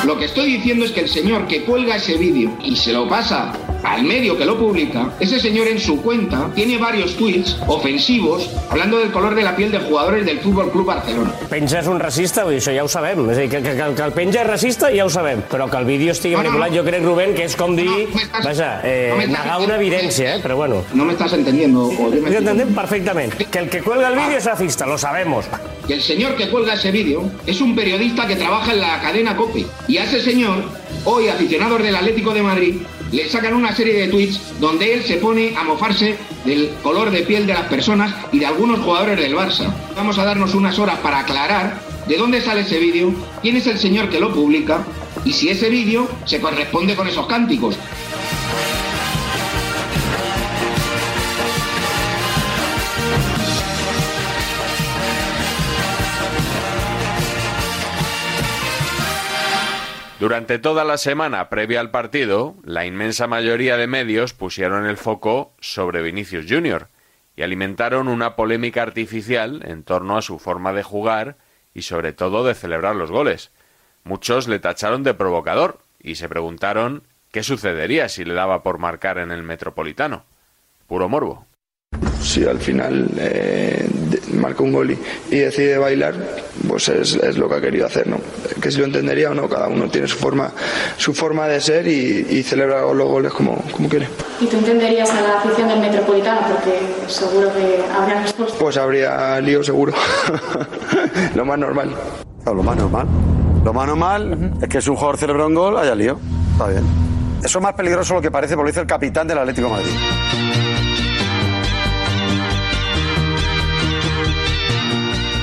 Lo que estoy diciendo es que el señor que cuelga ese vídeo y se lo pasa al medio que lo publica, ese señor en su cuenta tiene varios tweets ofensivos hablando del color de la piel de jugadores del Fútbol Club Barcelona. Penja és un racista, vull dir, això ja ho sabem. És a dir, que, que, que, que el penja és racista ja ho sabem, però que el vídeo estigui No, no, no. manipulat, jo crec, Rubén, que és com dir... vaja, eh, no m'estàs negar dient- una evidència, eh? Però bueno. No me estás entendiendo. O yo me Lo entendem perfectament. Que el que cuelga el vídeo es racista, lo sabemos. Y el señor que cuelga ese vídeo es un periodista que trabaja en la cadena COPE. Y a ese señor, hoy aficionados del Atlético de Madrid, le sacan una serie de tweets donde él se pone a mofarse del color de piel de las personas y de algunos jugadores del Barça. Vamos a darnos unas horas para aclarar de dónde sale ese vídeo, quién es el señor que lo publica y si ese vídeo se corresponde con esos cánticos. Durante toda la semana previa al partido, la inmensa mayoría de medios pusieron el foco sobre Vinicius Jr. y alimentaron una polémica artificial en torno a su forma de jugar y sobre todo de celebrar los goles. Muchos le tacharon de provocador y se preguntaron qué sucedería si le daba por marcar en el Metropolitano. Puro morbo. Si al final eh, de- marca un gol y, y decide bailar, pues es, es lo que ha querido hacer, ¿no? Que si lo entendería o no, cada uno tiene su forma, su forma de ser y, y celebra los goles como, como quiere. ¿Y tú entenderías a la afición del Metropolitano? Porque seguro que habrá respuesta. Pues habría lío seguro. lo más normal. Lo más normal. Lo más normal es que si un jugador celebra un gol, haya lío. Está bien. Eso es más peligroso lo que parece, porque lo dice el capitán del Atlético de Madrid.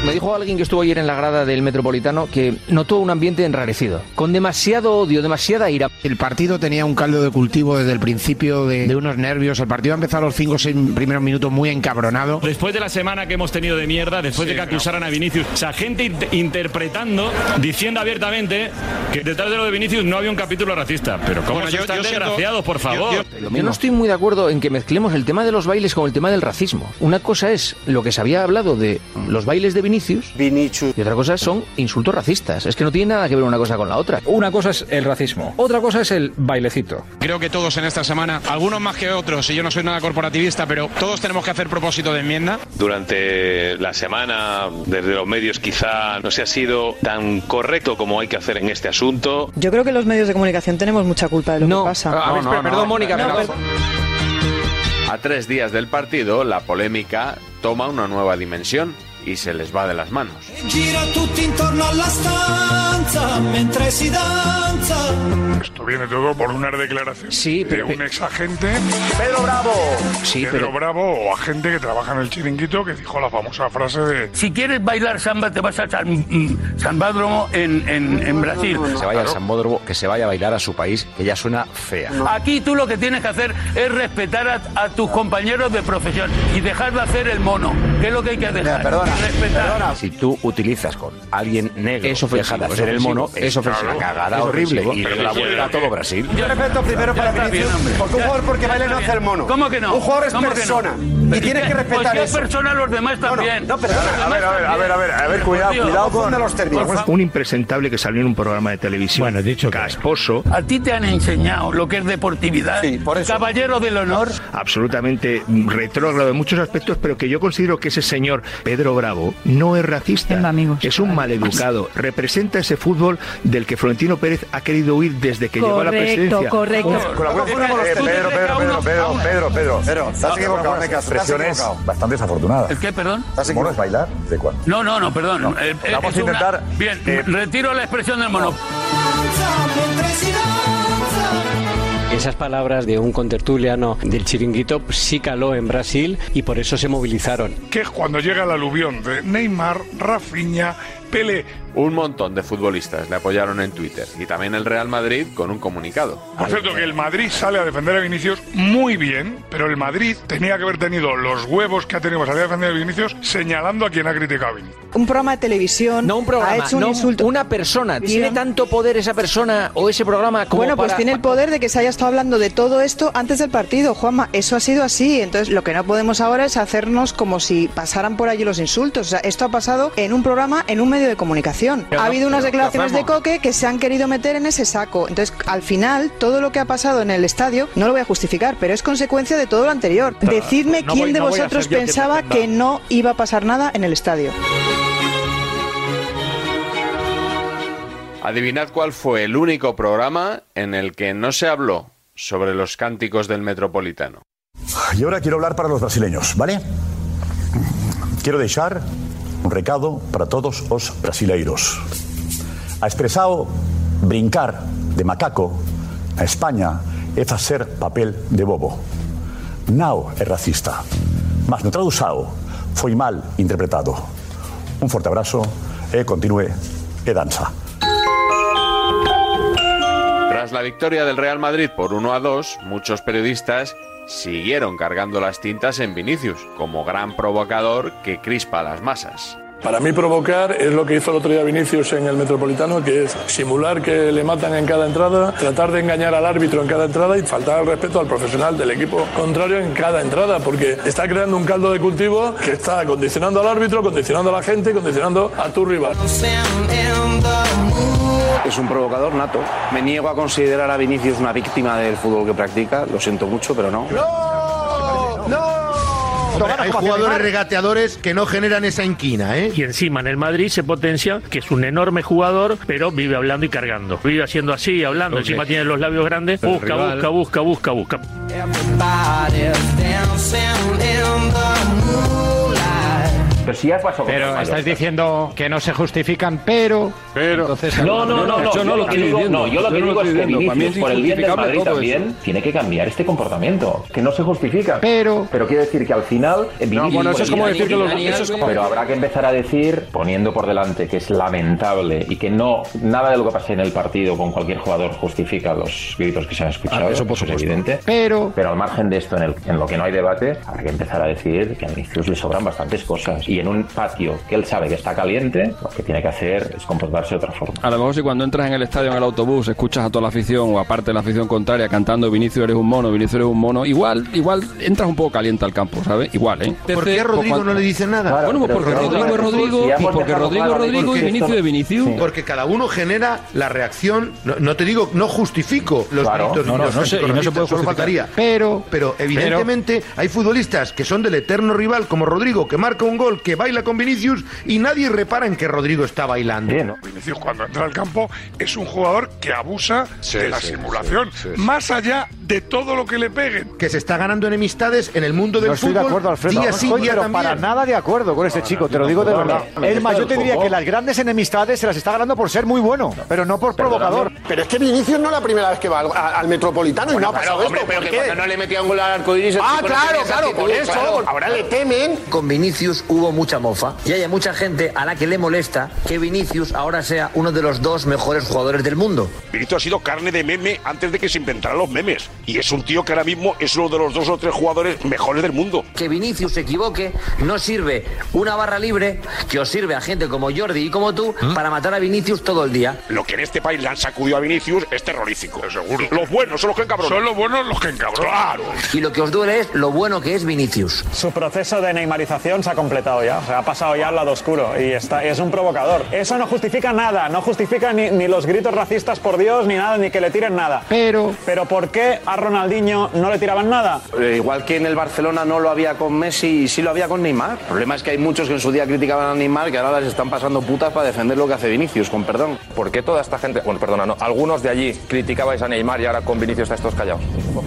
Me dijo alguien que estuvo ayer en la grada del Metropolitano que notó un ambiente enrarecido, con demasiado odio, demasiada ira. El partido tenía un caldo de cultivo desde el principio de, de unos nervios. El partido ha empezado los 5 o 6 primeros minutos muy encabronado. Después de la semana que hemos tenido de mierda, después de que acusaran a Vinicius, o sea, gente int- interpretando, diciendo abiertamente que detrás de lo de Vinicius no había un capítulo racista. Pero ¿cómo Bueno, son yo- tan yo siento- desgraciados, por favor? Yo no estoy muy de acuerdo en que mezclemos el tema de los bailes con el tema del racismo. Una cosa es lo que se había hablado de los bailes de Vinicius, y otra cosa son insultos racistas. Es que no tiene nada que ver una cosa con la otra. Una cosa es el racismo, otra cosa es el bailecito. Creo que todos en esta semana, algunos más que otros, y yo no soy nada corporativista, pero todos tenemos que hacer propósito de enmienda. Durante la semana, desde los medios quizá no se ha sido tan correcto como hay que hacer en este asunto. Yo creo que los medios de comunicación tenemos mucha culpa de lo que pasa. A tres días del partido, la polémica toma una nueva dimensión y se les va de las manos. Gira tutti intorno alla stanza mentre si danza. Esto viene todo por unas declaraciones de un ex agente. Pedro Bravo. Sí, Pedro Bravo o agente que trabaja en el chiringuito que dijo la famosa frase de... Si quieres bailar samba, te vas a San, mm, Sambódromo en, en, en Brasil. Que se vaya al Sambódromo, que se vaya a bailar a su país, que ya suena fea. Aquí tú lo que tienes que hacer es respetar a, a tus compañeros de profesión y dejar de hacer el mono, que es lo que hay que dejar. perdona, respetar. Si tú utilizas con alguien negro, Es ofensivo, deja de es hacer el ofensivo, mono, es ofensivo. una cagada Es horrible ofensivo. y Pero de la sí, vuelta a sí, sí. todo Brasil. Yo respeto primero para Vinicius, porque un jugador porque baile no hace el mono. ¿Cómo que no? Un jugador es ¿Cómo que no? persona Pero y tienes si que es- respetar pues si es eso. persona, los demás también. No, A ver, a ver, a ver, a ver, a ver, cuidado, cuidado con los términos. Un impresentable que salió en un programa de televisión. Bueno, dicho casposo, A ti te han enseñado lo que es deportividad, caballero del honor. absolutamente retrógrado en muchos aspectos, pero que yo considero que ese señor Pedro Bravo no es racista. Es un maleducado. Representa ese fútbol del que Florentino Pérez ha querido huir desde que llegó a la Correcto, presidencia. correcto. Un- Con la buena- eh, Pedro, Pedro, Pedro, Pedro, Pedro, Pedro, Pedro, estás equivocado. expresión es bastante desafortunada. ¿El qué, perdón? ¿El mono es bailar? ¿De cuándo? No, no, no, perdón. No. Eh, eh, Vamos es a una- intentar, Bien, eh, retiro la expresión del mono. Esas palabras de un contertuliano del chiringuito sí caló en Brasil y por eso se movilizaron. que es cuando llega el aluvión de Neymar, Rafinha, Pelé. Un montón de futbolistas le apoyaron en Twitter y también el Real Madrid con un comunicado. Por cierto, que el Madrid sale a defender a Vinicius muy bien, pero el Madrid tenía que haber tenido los huevos que ha tenido para salir a defender a Vinicius señalando a quien ha criticado a Vinicius. Un programa de televisión No un programa, ha hecho un no insulto. una persona. ¿Tiene tanto poder esa persona o ese programa como Bueno, pues para- tiene el poder de que se haya estado hablando de todo esto antes del partido, Juanma. Eso ha sido así. Entonces, lo que no podemos ahora es hacernos como si pasaran por allí los insultos. O sea, esto ha pasado en un programa, en un medio de comunicación. Pero ha no, habido unas pero ¿qué declaraciones de hacemos? Coque que se han querido meter en ese saco. Entonces, al final, todo lo que ha pasado en el estadio, no lo voy a justificar, pero es consecuencia de todo lo anterior. Claro, Decidme no quién voy- de no voy a vosotros ser yo quien pensaba defienda. que no iba a pasar nada en el estadio. Adivinad cuál fue el único programa en el que no se habló sobre los cánticos del Metropolitano. Y ahora quiero hablar para los brasileños, ¿vale? Quiero deixar un recado para todos os brasileiros. A expresado brincar de macaco a España é facer papel de bobo. Nao é racista, mas no traduzado foi mal interpretado. Un forte abrazo e continue e danza. Tras la victoria del Real Madrid por 1 a 2, muchos periodistas siguieron cargando las tintas en Vinicius, como gran provocador que crispa las masas. Para mí provocar es lo que hizo el otro día Vinicius en el Metropolitano, que es simular que le matan en cada entrada, tratar de engañar al árbitro en cada entrada y faltar al respeto al profesional del equipo contrario en cada entrada, porque está creando un caldo de cultivo que está condicionando al árbitro, condicionando a la gente, condicionando a tu rival. Es un provocador nato. Me niego a considerar a Vinicius una víctima del fútbol que practica. Lo siento mucho, pero no. Hombre, hay jugadores Neymar. regateadores que no generan esa inquina, ¿eh? Y encima en el Madrid se potencia que es un enorme jugador, pero vive hablando y cargando. Vive haciendo así, hablando. Ok. Encima tiene los labios grandes. Pero el Busca, rival- busca, busca, busca, busca. Pero si ya pasó Pero estáis diciendo que no se justifican, pero. Pero. No, no, no, no, yo no lo estoy digo, diciendo. No, yo lo que Yo no lo digo estoy es que diciendo. Para mí Vinicius, es por el bien del injustificable Madrid todo también, eso. tiene que cambiar este comportamiento, que no se justifica. Pero. Pero quiere decir que al final. eh, Vinicius- bueno, eso es como decir que los- eso es como- Pero habrá que empezar a decir, poniendo por delante que es lamentable y que no nada de lo que pase en el partido con cualquier jugador justifica los gritos que se han escuchado. Ah, eso por es evidente. Pero. Pero al margen de esto, en, el- en lo que no hay debate, habrá que empezar a decir que a Vinicius le sobran bastantes cosas. Y en un patio que él sabe que está caliente, lo que tiene que hacer es comportarse de otra forma. A lo mejor si cuando entras en el estadio en el autobús escuchas a toda la afición o aparte de la afición contraria cantando Vinicius eres un mono, Vinicius eres un mono, igual, igual entras un poco caliente al campo, ¿sabes? Igual, ¿eh? ¿Por qué a Rodrigo no le dice nada? Bueno, pues porque Rodrigo es Rodrigo y porque Rodrigo es Rodrigo y Vinicius es Vinicius. Porque cada uno genera la reacción. No, no te digo, no justifico los Claro, gritos ni no, no, los no sé, y no se anticornistas, puede solo justificar. faltaría. Pero, pero evidentemente hay futbolistas que son del eterno rival como Rodrigo, que marca un gol, que baila con Vinicius y nadie repara en que Rodrigo está bailando. Vinicius cuando entra al campo es un jugador que abusa de la sí, simulación, sí, sí. más allá de todo lo que le peguen. Que se está ganando enemistades en el mundo del No estoy fútbol. de acuerdo, Alfredo. Día No sí, estoy, día pero también. para nada de acuerdo con este chico, te lo digo de verdad. Es más, yo te diría que las grandes enemistades se las está ganando por ser muy bueno, pero no por provocador. Pero es que Vinicius no es la primera vez que va al, a- al Metropolitano y Ah, no ha pasado esto. ¿por qué? metía un gol al arco iris, Ah, claro, claro, por eso. Ahora le temen. Con Vinicius hubo mucha mofa y hay mucha gente a la que le molesta que Vinicius ahora sea uno de los dos mejores jugadores del mundo. Vinicius ha sido carne de meme antes de que se inventaran los memes. Y es un tío que ahora mismo es uno de los dos o tres jugadores mejores del mundo. Que Vinicius se equivoque no sirve una barra libre que os sirve a gente como Jordi y como tú para matar a Vinicius todo el día. Lo que en este país le han sacudido a Vinicius es terrorífico. Seguro. Los buenos son los que encabronan. Son los buenos los que encabronan. Y lo que os duele es lo bueno que es Vinicius. Su proceso de neymarización se ha completado ya, o sea, ha pasado ya al lado oscuro y está, es un provocador. Eso no justifica nada, no justifica ni, ni los gritos racistas por Dios, ni nada, ni que le tiren nada. Pero... Pero ¿por qué a Ronaldinho no le tiraban nada? Eh, Igual que en el Barcelona no lo había con Messi y sí lo había con Neymar. El problema es que hay muchos que en su día criticaban a Neymar que ahora les están pasando putas para defender lo que hace Vinicius, con perdón. ¿Por qué toda esta gente, bueno, perdona, no, algunos de allí criticabais a Neymar y ahora con Vinicius a estos callados? pues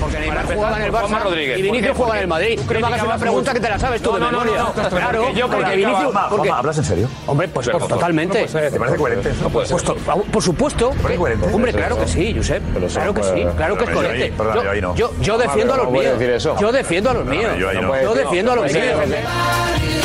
Porque Neymar jugaba en el Barça Juanma Rodríguez. y Vinicius ¿Por qué? jugaba en el Madrid. Tú No me hagas una pregunta que te la sabes tú de memoria. Claro, porque Vinicius... porque- Juanma, ¿hablas en serio? Hombre, pues, pues, totalmente. ¿Te parece coherente? Pues to- por supuesto. Hombre, claro que sí, Josep. Claro que sí, claro que es Pero yo ahí- coherente. perdón, yo ahí no. Yo- Yo yo Juanma, defiendo a pero los no puedes míos. decir eso. Yo defiendo a los Perdóname, míos. yo ahí no. Yo defiendo a los Pues míos.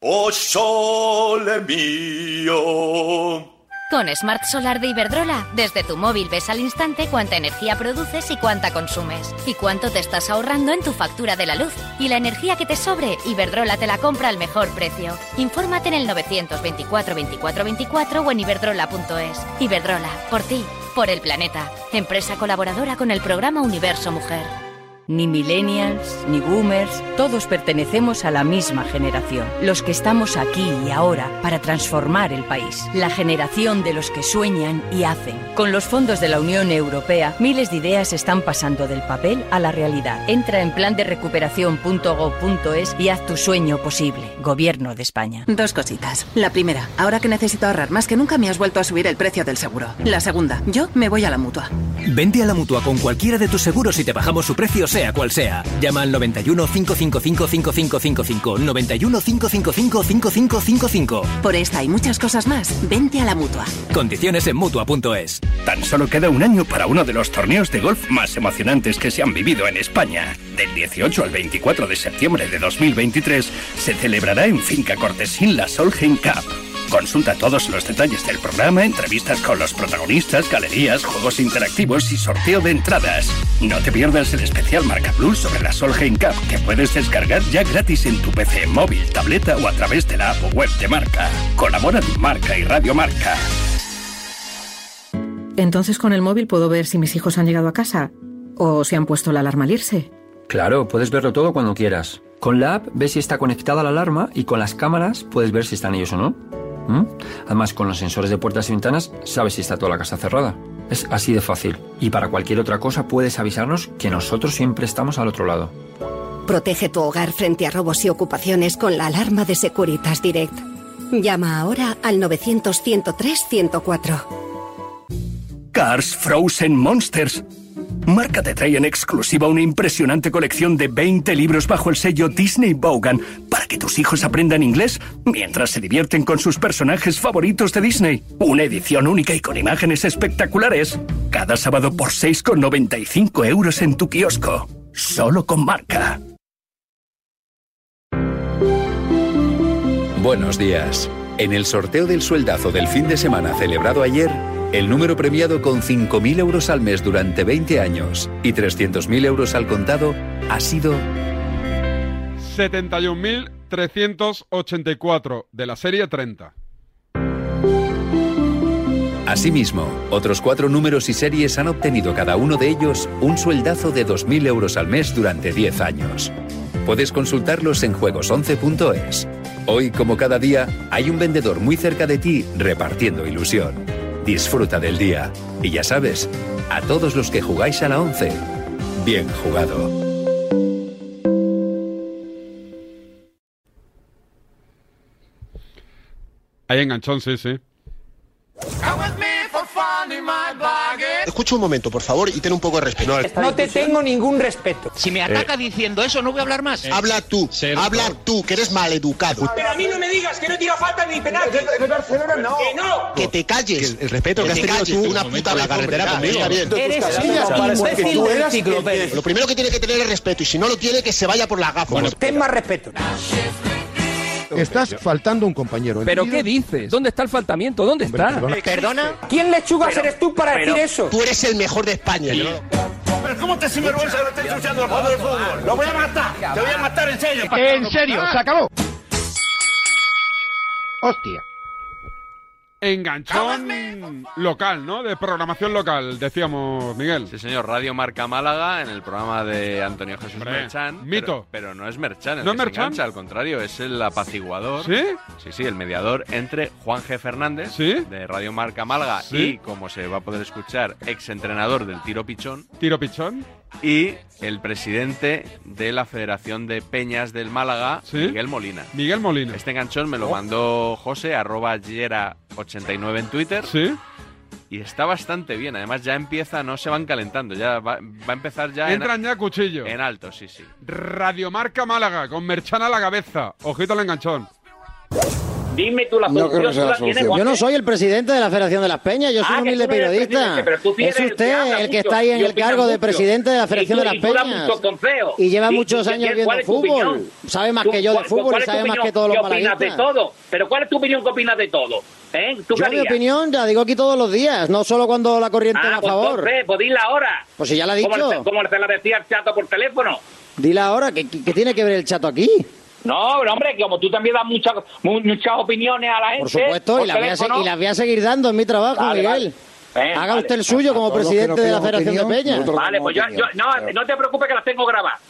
Oh sole mío. Con Smart Solar de Iberdrola, desde tu móvil ves al instante cuánta energía produces y cuánta consumes, y cuánto te estás ahorrando en tu factura de la luz. Y la energía que te sobre, Iberdrola te la compra al mejor precio. Infórmate en el 924 24 24 o en iberdrola.es. Iberdrola, por ti, por el planeta. Empresa colaboradora con el programa Universo Mujer. Ni millennials, ni boomers, todos pertenecemos a la misma generación. Los que estamos aquí y ahora para transformar el país. La generación de los que sueñan y hacen. Con los fondos de la Unión Europea, miles de ideas están pasando del papel a la realidad. Entra en plan de recuperación.gov.es y haz tu sueño posible. Gobierno de España. Dos cositas. La primera, ahora que necesito ahorrar más que nunca me has vuelto a subir el precio del seguro. La segunda, yo me voy a la mutua. Vente a la mutua con cualquiera de tus seguros y te bajamos su precio, sea cual sea. Llama al 91 555 5555. 91 555 5555. Por esta y muchas cosas más, vente a la mutua. Condiciones en mutua.es. Tan solo queda un año para uno de los torneos de golf más emocionantes que se han vivido en España. Del 18 al 24 de septiembre de 2023 se celebrará en Finca Cortesín la Solheim Cup. Consulta todos los detalles del programa, entrevistas con los protagonistas, galerías, juegos interactivos y sorteo de entradas. No te pierdas el especial Marca Plus sobre la Solheim Cup que puedes descargar ya gratis en tu PC móvil, tableta o a través de la app o web de Marca. Colaboran Marca y Radio Marca. Entonces con el móvil puedo ver si mis hijos han llegado a casa o si han puesto la alarma al irse. Claro, puedes verlo todo cuando quieras. Con la app ves si está conectada la alarma y con las cámaras puedes ver si están ellos o no. ¿Mm? Además, con los sensores de puertas y ventanas sabes si está toda la casa cerrada. Es así de fácil. Y para cualquier otra cosa puedes avisarnos que nosotros siempre estamos al otro lado. Protege tu hogar frente a robos y ocupaciones con la alarma de Securitas Direct. Llama ahora al 900-103-104. Cars Frozen Monsters. Marca te trae en exclusiva una impresionante colección de 20 libros bajo el sello Disney Bogan para que tus hijos aprendan inglés mientras se divierten con sus personajes favoritos de Disney. Una edición única y con imágenes espectaculares. Cada sábado por 6,95 euros en tu kiosco. Solo con marca. Buenos días. En el sorteo del sueldazo del fin de semana celebrado ayer, el número premiado con 5.000 euros al mes durante 20 años y 300.000 euros al contado ha sido 71.384 de la serie 30. Asimismo, otros cuatro números y series han obtenido cada uno de ellos un sueldazo de 2.000 euros al mes durante 10 años. Puedes consultarlos en juegos11.es. Hoy, como cada día, hay un vendedor muy cerca de ti repartiendo ilusión. Disfruta del día. Y ya sabes, a todos los que jugáis a la 11, bien jugado. Hay enganchón, sí, sí. Escucha un momento, por favor, y ten un poco de respeto. No te tengo ningún respeto. Si me ataca diciendo eso, no voy a hablar eh, más. Habla tú, habla tú, que eres maleducado. Pero a mí no me digas que no tira falta ni penal. De Barcelona, no. Que no. Que te calles. el respeto Que que, has te tenido calles. tú Un una momento, puta en la hombre, carretera ya, conmigo. está bien. Eres Estás un hablando imbécil porque tú de eras el que- enciclopedia. Lo primero que tiene que tener es respeto y si no lo tiene que se vaya por la gafa. ten más respeto. Estás faltando a un compañero. ¿Pero qué dices? ¿Dónde está el faltamiento? ¿Dónde está? ¿Perdona? ¿Quién lechugas eres tú para pero- decir eso? Tú eres el mejor de España. Pero ¿cómo te sinvergüenza que lo estés ensuciando el juego del fútbol? Lo voy a matar. Te voy a matar Eh, en serio. En serio, se acabó. Hostia. Enganchón local, ¿no? De programación local, decíamos, Miguel. Sí, señor, Radio Marca Málaga en el programa de Antonio Jesús Hombre, Merchán. mito. Pero, pero no es Merchán, el ¿No que es se Merchán? engancha, al contrario, es el apaciguador. ¿Sí? Sí, sí, el mediador entre Juan G. Fernández de Radio Marca Málaga ¿Sí? y, como se va a poder escuchar, exentrenador del tiro pichón Tiro pichón. y el presidente de la Federación de Peñas del Málaga, ¿Sí? Miguel Molina. Miguel Molina. Oh. Este enganchón me lo mandó José, arroba Yera89 en Twitter. Sí. Y está bastante bien. Además, ya empieza, no se van calentando. Ya va, va a empezar ya. Entran en, ya cuchillo. En alto, sí, sí. Radiomarca Málaga, con Merchan a la cabeza. Ojito al enganchón. Dime tú la No creo que sea la solución. Yo no soy el presidente de la Federación de las Peñas, yo soy Ah, un que humilde tú no eres el periodista. presidente, pero tú sí Es eres el que usted habla el que mucho está ahí en y el opina cargo de mucho. presidente de la Y Federación de tú- las y tú hablas Peñas. mucho con feo. Y lleva Y- y muchos ¿cuál años es tu viendo fútbol. opinión? Sabe más Tú- que yo de ¿cuál- fútbol, cuál es tu sabe más opinión? que todos ¿Qué los opinas de malaguistas. todo? ¿Pero cuál es tu opinión que opinas de todo? ¿Eh? ¿Tú qué Yo mi harías? opinión la digo aquí todos los días, no solo cuando la corriente va Ah, a pues favor. entonces, pues dila ahora. Pues si ya la ha Como dicho. se- Como se la decía el chato por teléfono. Dile ahora, ¿qué, qué- qué tiene que ver el chato aquí? No, pero hombre, que como tú también das muchas mu- muchas opiniones a la gente. Por supuesto, eh, por y las voy, a se- teléfono. y las voy a seguir dando en mi trabajo, Vale, Miguel. vale. Ven, Haga vale. usted el suyo como presidente de la Federación de Peñas. Vale, pues yo, yo- no, no te preocupes que las tengo grabadas.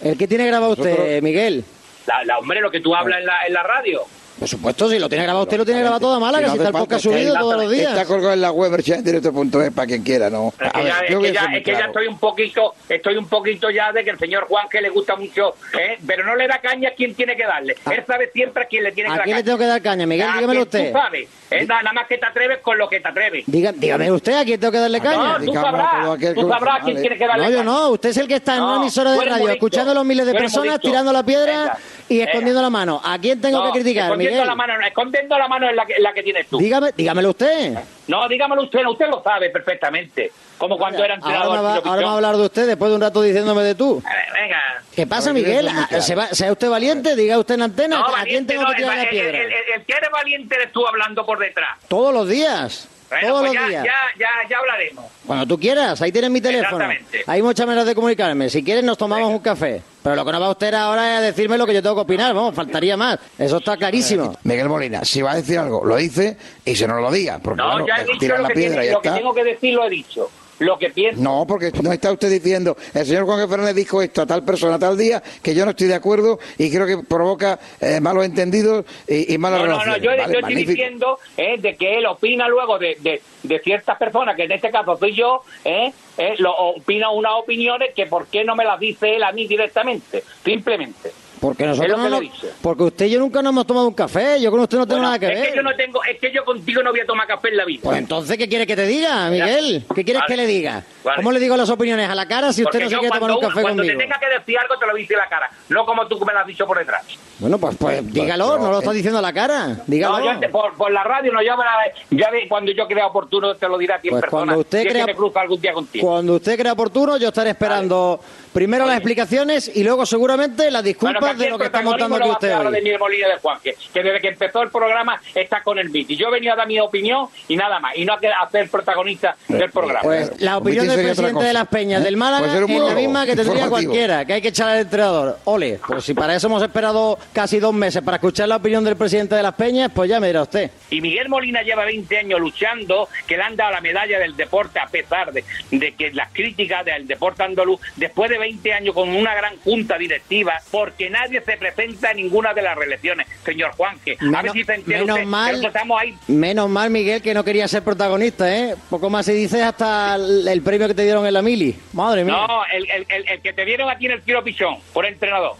¿El que tiene grabado usted, Miguel? La, la- hombre, lo que tú hablas en la, en la radio. Por supuesto, si lo tiene grabado usted, lo tiene grabado toda Málaga, si está el podcast subido todos los días. Está colgado en la web versionesdirecto.es para quien quiera, ¿no? Es que, ya, es que ya- es que ya estoy un poquito, estoy un poquito ya de que el señor Juan que le gusta mucho, ¿eh? pero no le da caña a quien tiene que darle. Él sabe siempre a quién le tiene que Ah. ¿A dar quién le caña. tengo que dar caña, Miguel? A Dígamelo quien usted. Tú sabes, ¿eh? Na- nada más que te atreves con lo que te atreves. Diga- dígame usted a quién tengo que darle caña. No, tú sabrás, tú sabrás a quién tiene que darle No, caña. yo no. Usted es el que está en una No, emisora de tú eres radio, modesto. escuchando a los miles de Tú eres personas, modesto. tirando la piedra Venga, y venga. escondiendo la mano. ¿A quién tengo No, que criticar, escondiendo Miguel? la mano, no, escondiendo la mano en la que, en la que tienes tú. Dígame, dígamelo usted. No, dígamelo usted, no, usted lo sabe perfectamente. Como cuando era Ahora entrenador. me, va, Tiro ahora me va a Pichón. hablar de usted después de un rato diciéndome de tú. Venga. ¿Qué pasa, A ver, Miguel? yo no me Ah, quedo. se va- sea usted valiente, diga usted en antena No, a quién valiente tengo no, que el, tirar la el- piedra. el- el- el que eres valiente eres tú hablando por detrás. Todos los días. Bueno, todos pues los ya, días. ya, ya, ya hablaremos. Cuando tú quieras, ahí tienes mi teléfono. Exactamente. Hay muchas maneras de comunicarme. Si quieres, nos tomamos un café. Pero lo que no va usted ahora es a decirme lo que yo tengo que opinar. Vamos, faltaría más. Eso está clarísimo. Miguel Molina, si va a decir algo, lo dice y si no, lo diga. Porque, No, bueno, ya he tira dicho lo la que, piedra tiene- y ya lo que está. tengo que decir, lo he dicho. Lo que pienso. No, porque no está usted diciendo, el señor Juan G. Fernández dijo esto a tal persona tal día, que yo no estoy de acuerdo y creo que provoca eh, malos entendidos y, y malas No, no, no, relaciones. yo, Vale, yo estoy magnífico. diciendo eh, de que él opina luego de, de, de ciertas personas, que en este caso soy yo, eh, eh, lo, opina unas opiniones que por qué no me las dice él a mí directamente, simplemente. Porque Es lo nosotros que no lo nos- dice. Porque usted y yo nunca nos hemos tomado un café. Yo con usted no tengo Bueno, nada que es ver. que yo no tengo, es que yo contigo no voy a tomar café en la vida. Pues entonces, ¿qué quieres que te diga, Miguel? ¿Qué quieres Vale. que le diga? Vale. ¿Cómo le digo las opiniones a la cara si usted Porque no se yo quiere tomar un cuando- café cuando conmigo? te tenga que decir algo, te lo dice la cara. No como tú que me lo has dicho por detrás. Bueno, pues, pues dígalo, no lo está diciendo a la cara. Dígalo. No, yo te- por, por la radio, no, yo me la- ya ve- cuando yo crea oportuno te lo dirá a ti en Pues persona. cuando usted si es que crea- me cruza algún día contigo. Cuando usted crea oportuno, yo estaré esperando primero las explicaciones y luego seguramente las disculpas Bueno, aquí de lo el que está protagonismo montando aquí lo va a hacer usted ahora de hoy. Miguel Molina de Juanque, que desde que empezó el programa está con el beat. Y yo he venido a dar mi opinión y nada más. Y no a que- a ser protagonista del programa. Pues la opinión Omitir del sería otra presidente cosa. de las Peñas ¿Eh? del Puede Málaga ser un es la monólogo misma que tendría informativo. cualquiera, que hay que echar al entrenador. Ole, pues si para eso hemos esperado casi dos meses para escuchar la opinión del presidente de las Peñas, pues ya me dirá usted. Y Miguel Molina lleva 20 años luchando, que le han dado la medalla del deporte a pesar de, de que las críticas del deporte andaluz, después de 20 años con una gran junta directiva, porque nadie se presenta a ninguna de las reelecciones, señor Juanque. a ver Menos, si se entera menos usted, que mal, nosotros estamos ahí. menos mal, Miguel, que no quería ser protagonista, ¿eh? Poco más si dices hasta el, el premio que te dieron en la mili. Madre mía. No, el, el- el- el que te dieron aquí en el tiro pichón, por entrenador.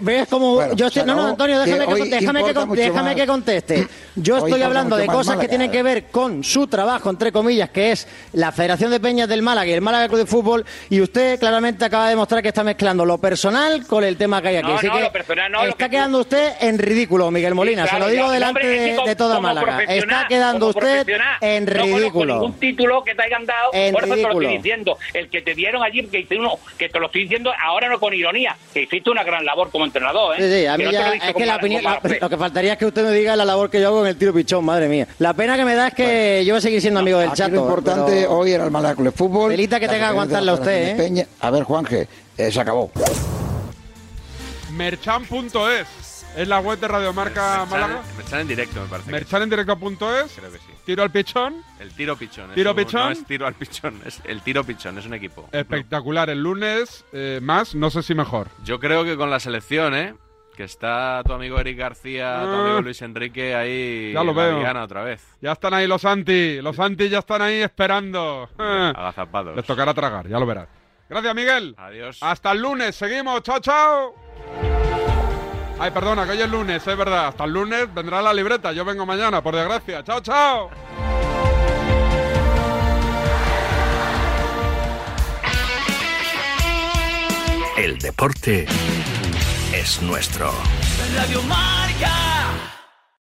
¿Ves cómo yo estoy- se No, no, acabó, Antonio, déjame, que que, hoy con- déjame, que, importa con- mucho déjame más. que conteste. Yo Hoy estoy importa hablando mucho de más cosas que Málaga. eh. tienen que ver con su trabajo, entre comillas, que es la Federación de Peñas del Málaga y el Málaga Club de Fútbol, y usted claramente acaba de demostrar que está mezclando lo personal con el tema que hay aquí. No, Así no, que lo personal no, lo está que- quedando usted en ridículo, Miguel Molina. Sí, claro, se lo digo claro. delante Hombre, es de, que de toda como Málaga. Está profesional, quedando como usted profesional, en no conozco ridículo. ningún título que te hayan dado, En por eso te lo ridículo. estoy diciendo. El que te dieron allí, que hice uno, que te lo estoy diciendo ahora no con ironía, que hiciste una gran labor como entrenador, ¿eh? Sí, sí, a Que mí no te lo ya, he dicho es con que la mala- opinión, con mala la- fe. lo que faltaría es que usted me diga la labor que yo hago en el tiro pichón, madre mía. La pena que me da es que yo voy a seguir siendo amigo del Aquí chato. ¿eh? lo importante pero- hoy era el Málaga Club de Fútbol. Delita que la tenga que Federación de aguantarla la Federación usted, de ¿eh? Peña. A ver, Juanje, eh, se acabó. Merchan.es. Es la web de Radiomarca Málaga. Merchan en directo, me parece. que es. Merchalendirecto.es. Creo que sí. Tiro al pichón. El tiro pichón. es ¿Tiro un- pichón? No es tiro al pichón, es el tiro pichón, es un equipo. Espectacular. El lunes eh, más, no sé si mejor. Yo creo que con la selección, ¿eh? Que está tu amigo Eric García, tu Ah. amigo Luis Enrique ahí. Ya lo en la veo. diana otra vez. Ya están ahí los anti. Los anti ya están ahí esperando. Eh. Agazapados. Les tocará tragar, ya lo verás. Gracias, Miguel. Adiós. Hasta el lunes, seguimos, chao, chao. Ay, perdona, que hoy es lunes, es verdad. Hasta el lunes vendrá la libreta, yo vengo mañana, por desgracia. Chao, chao. El deporte es nuestro. Radio Marca.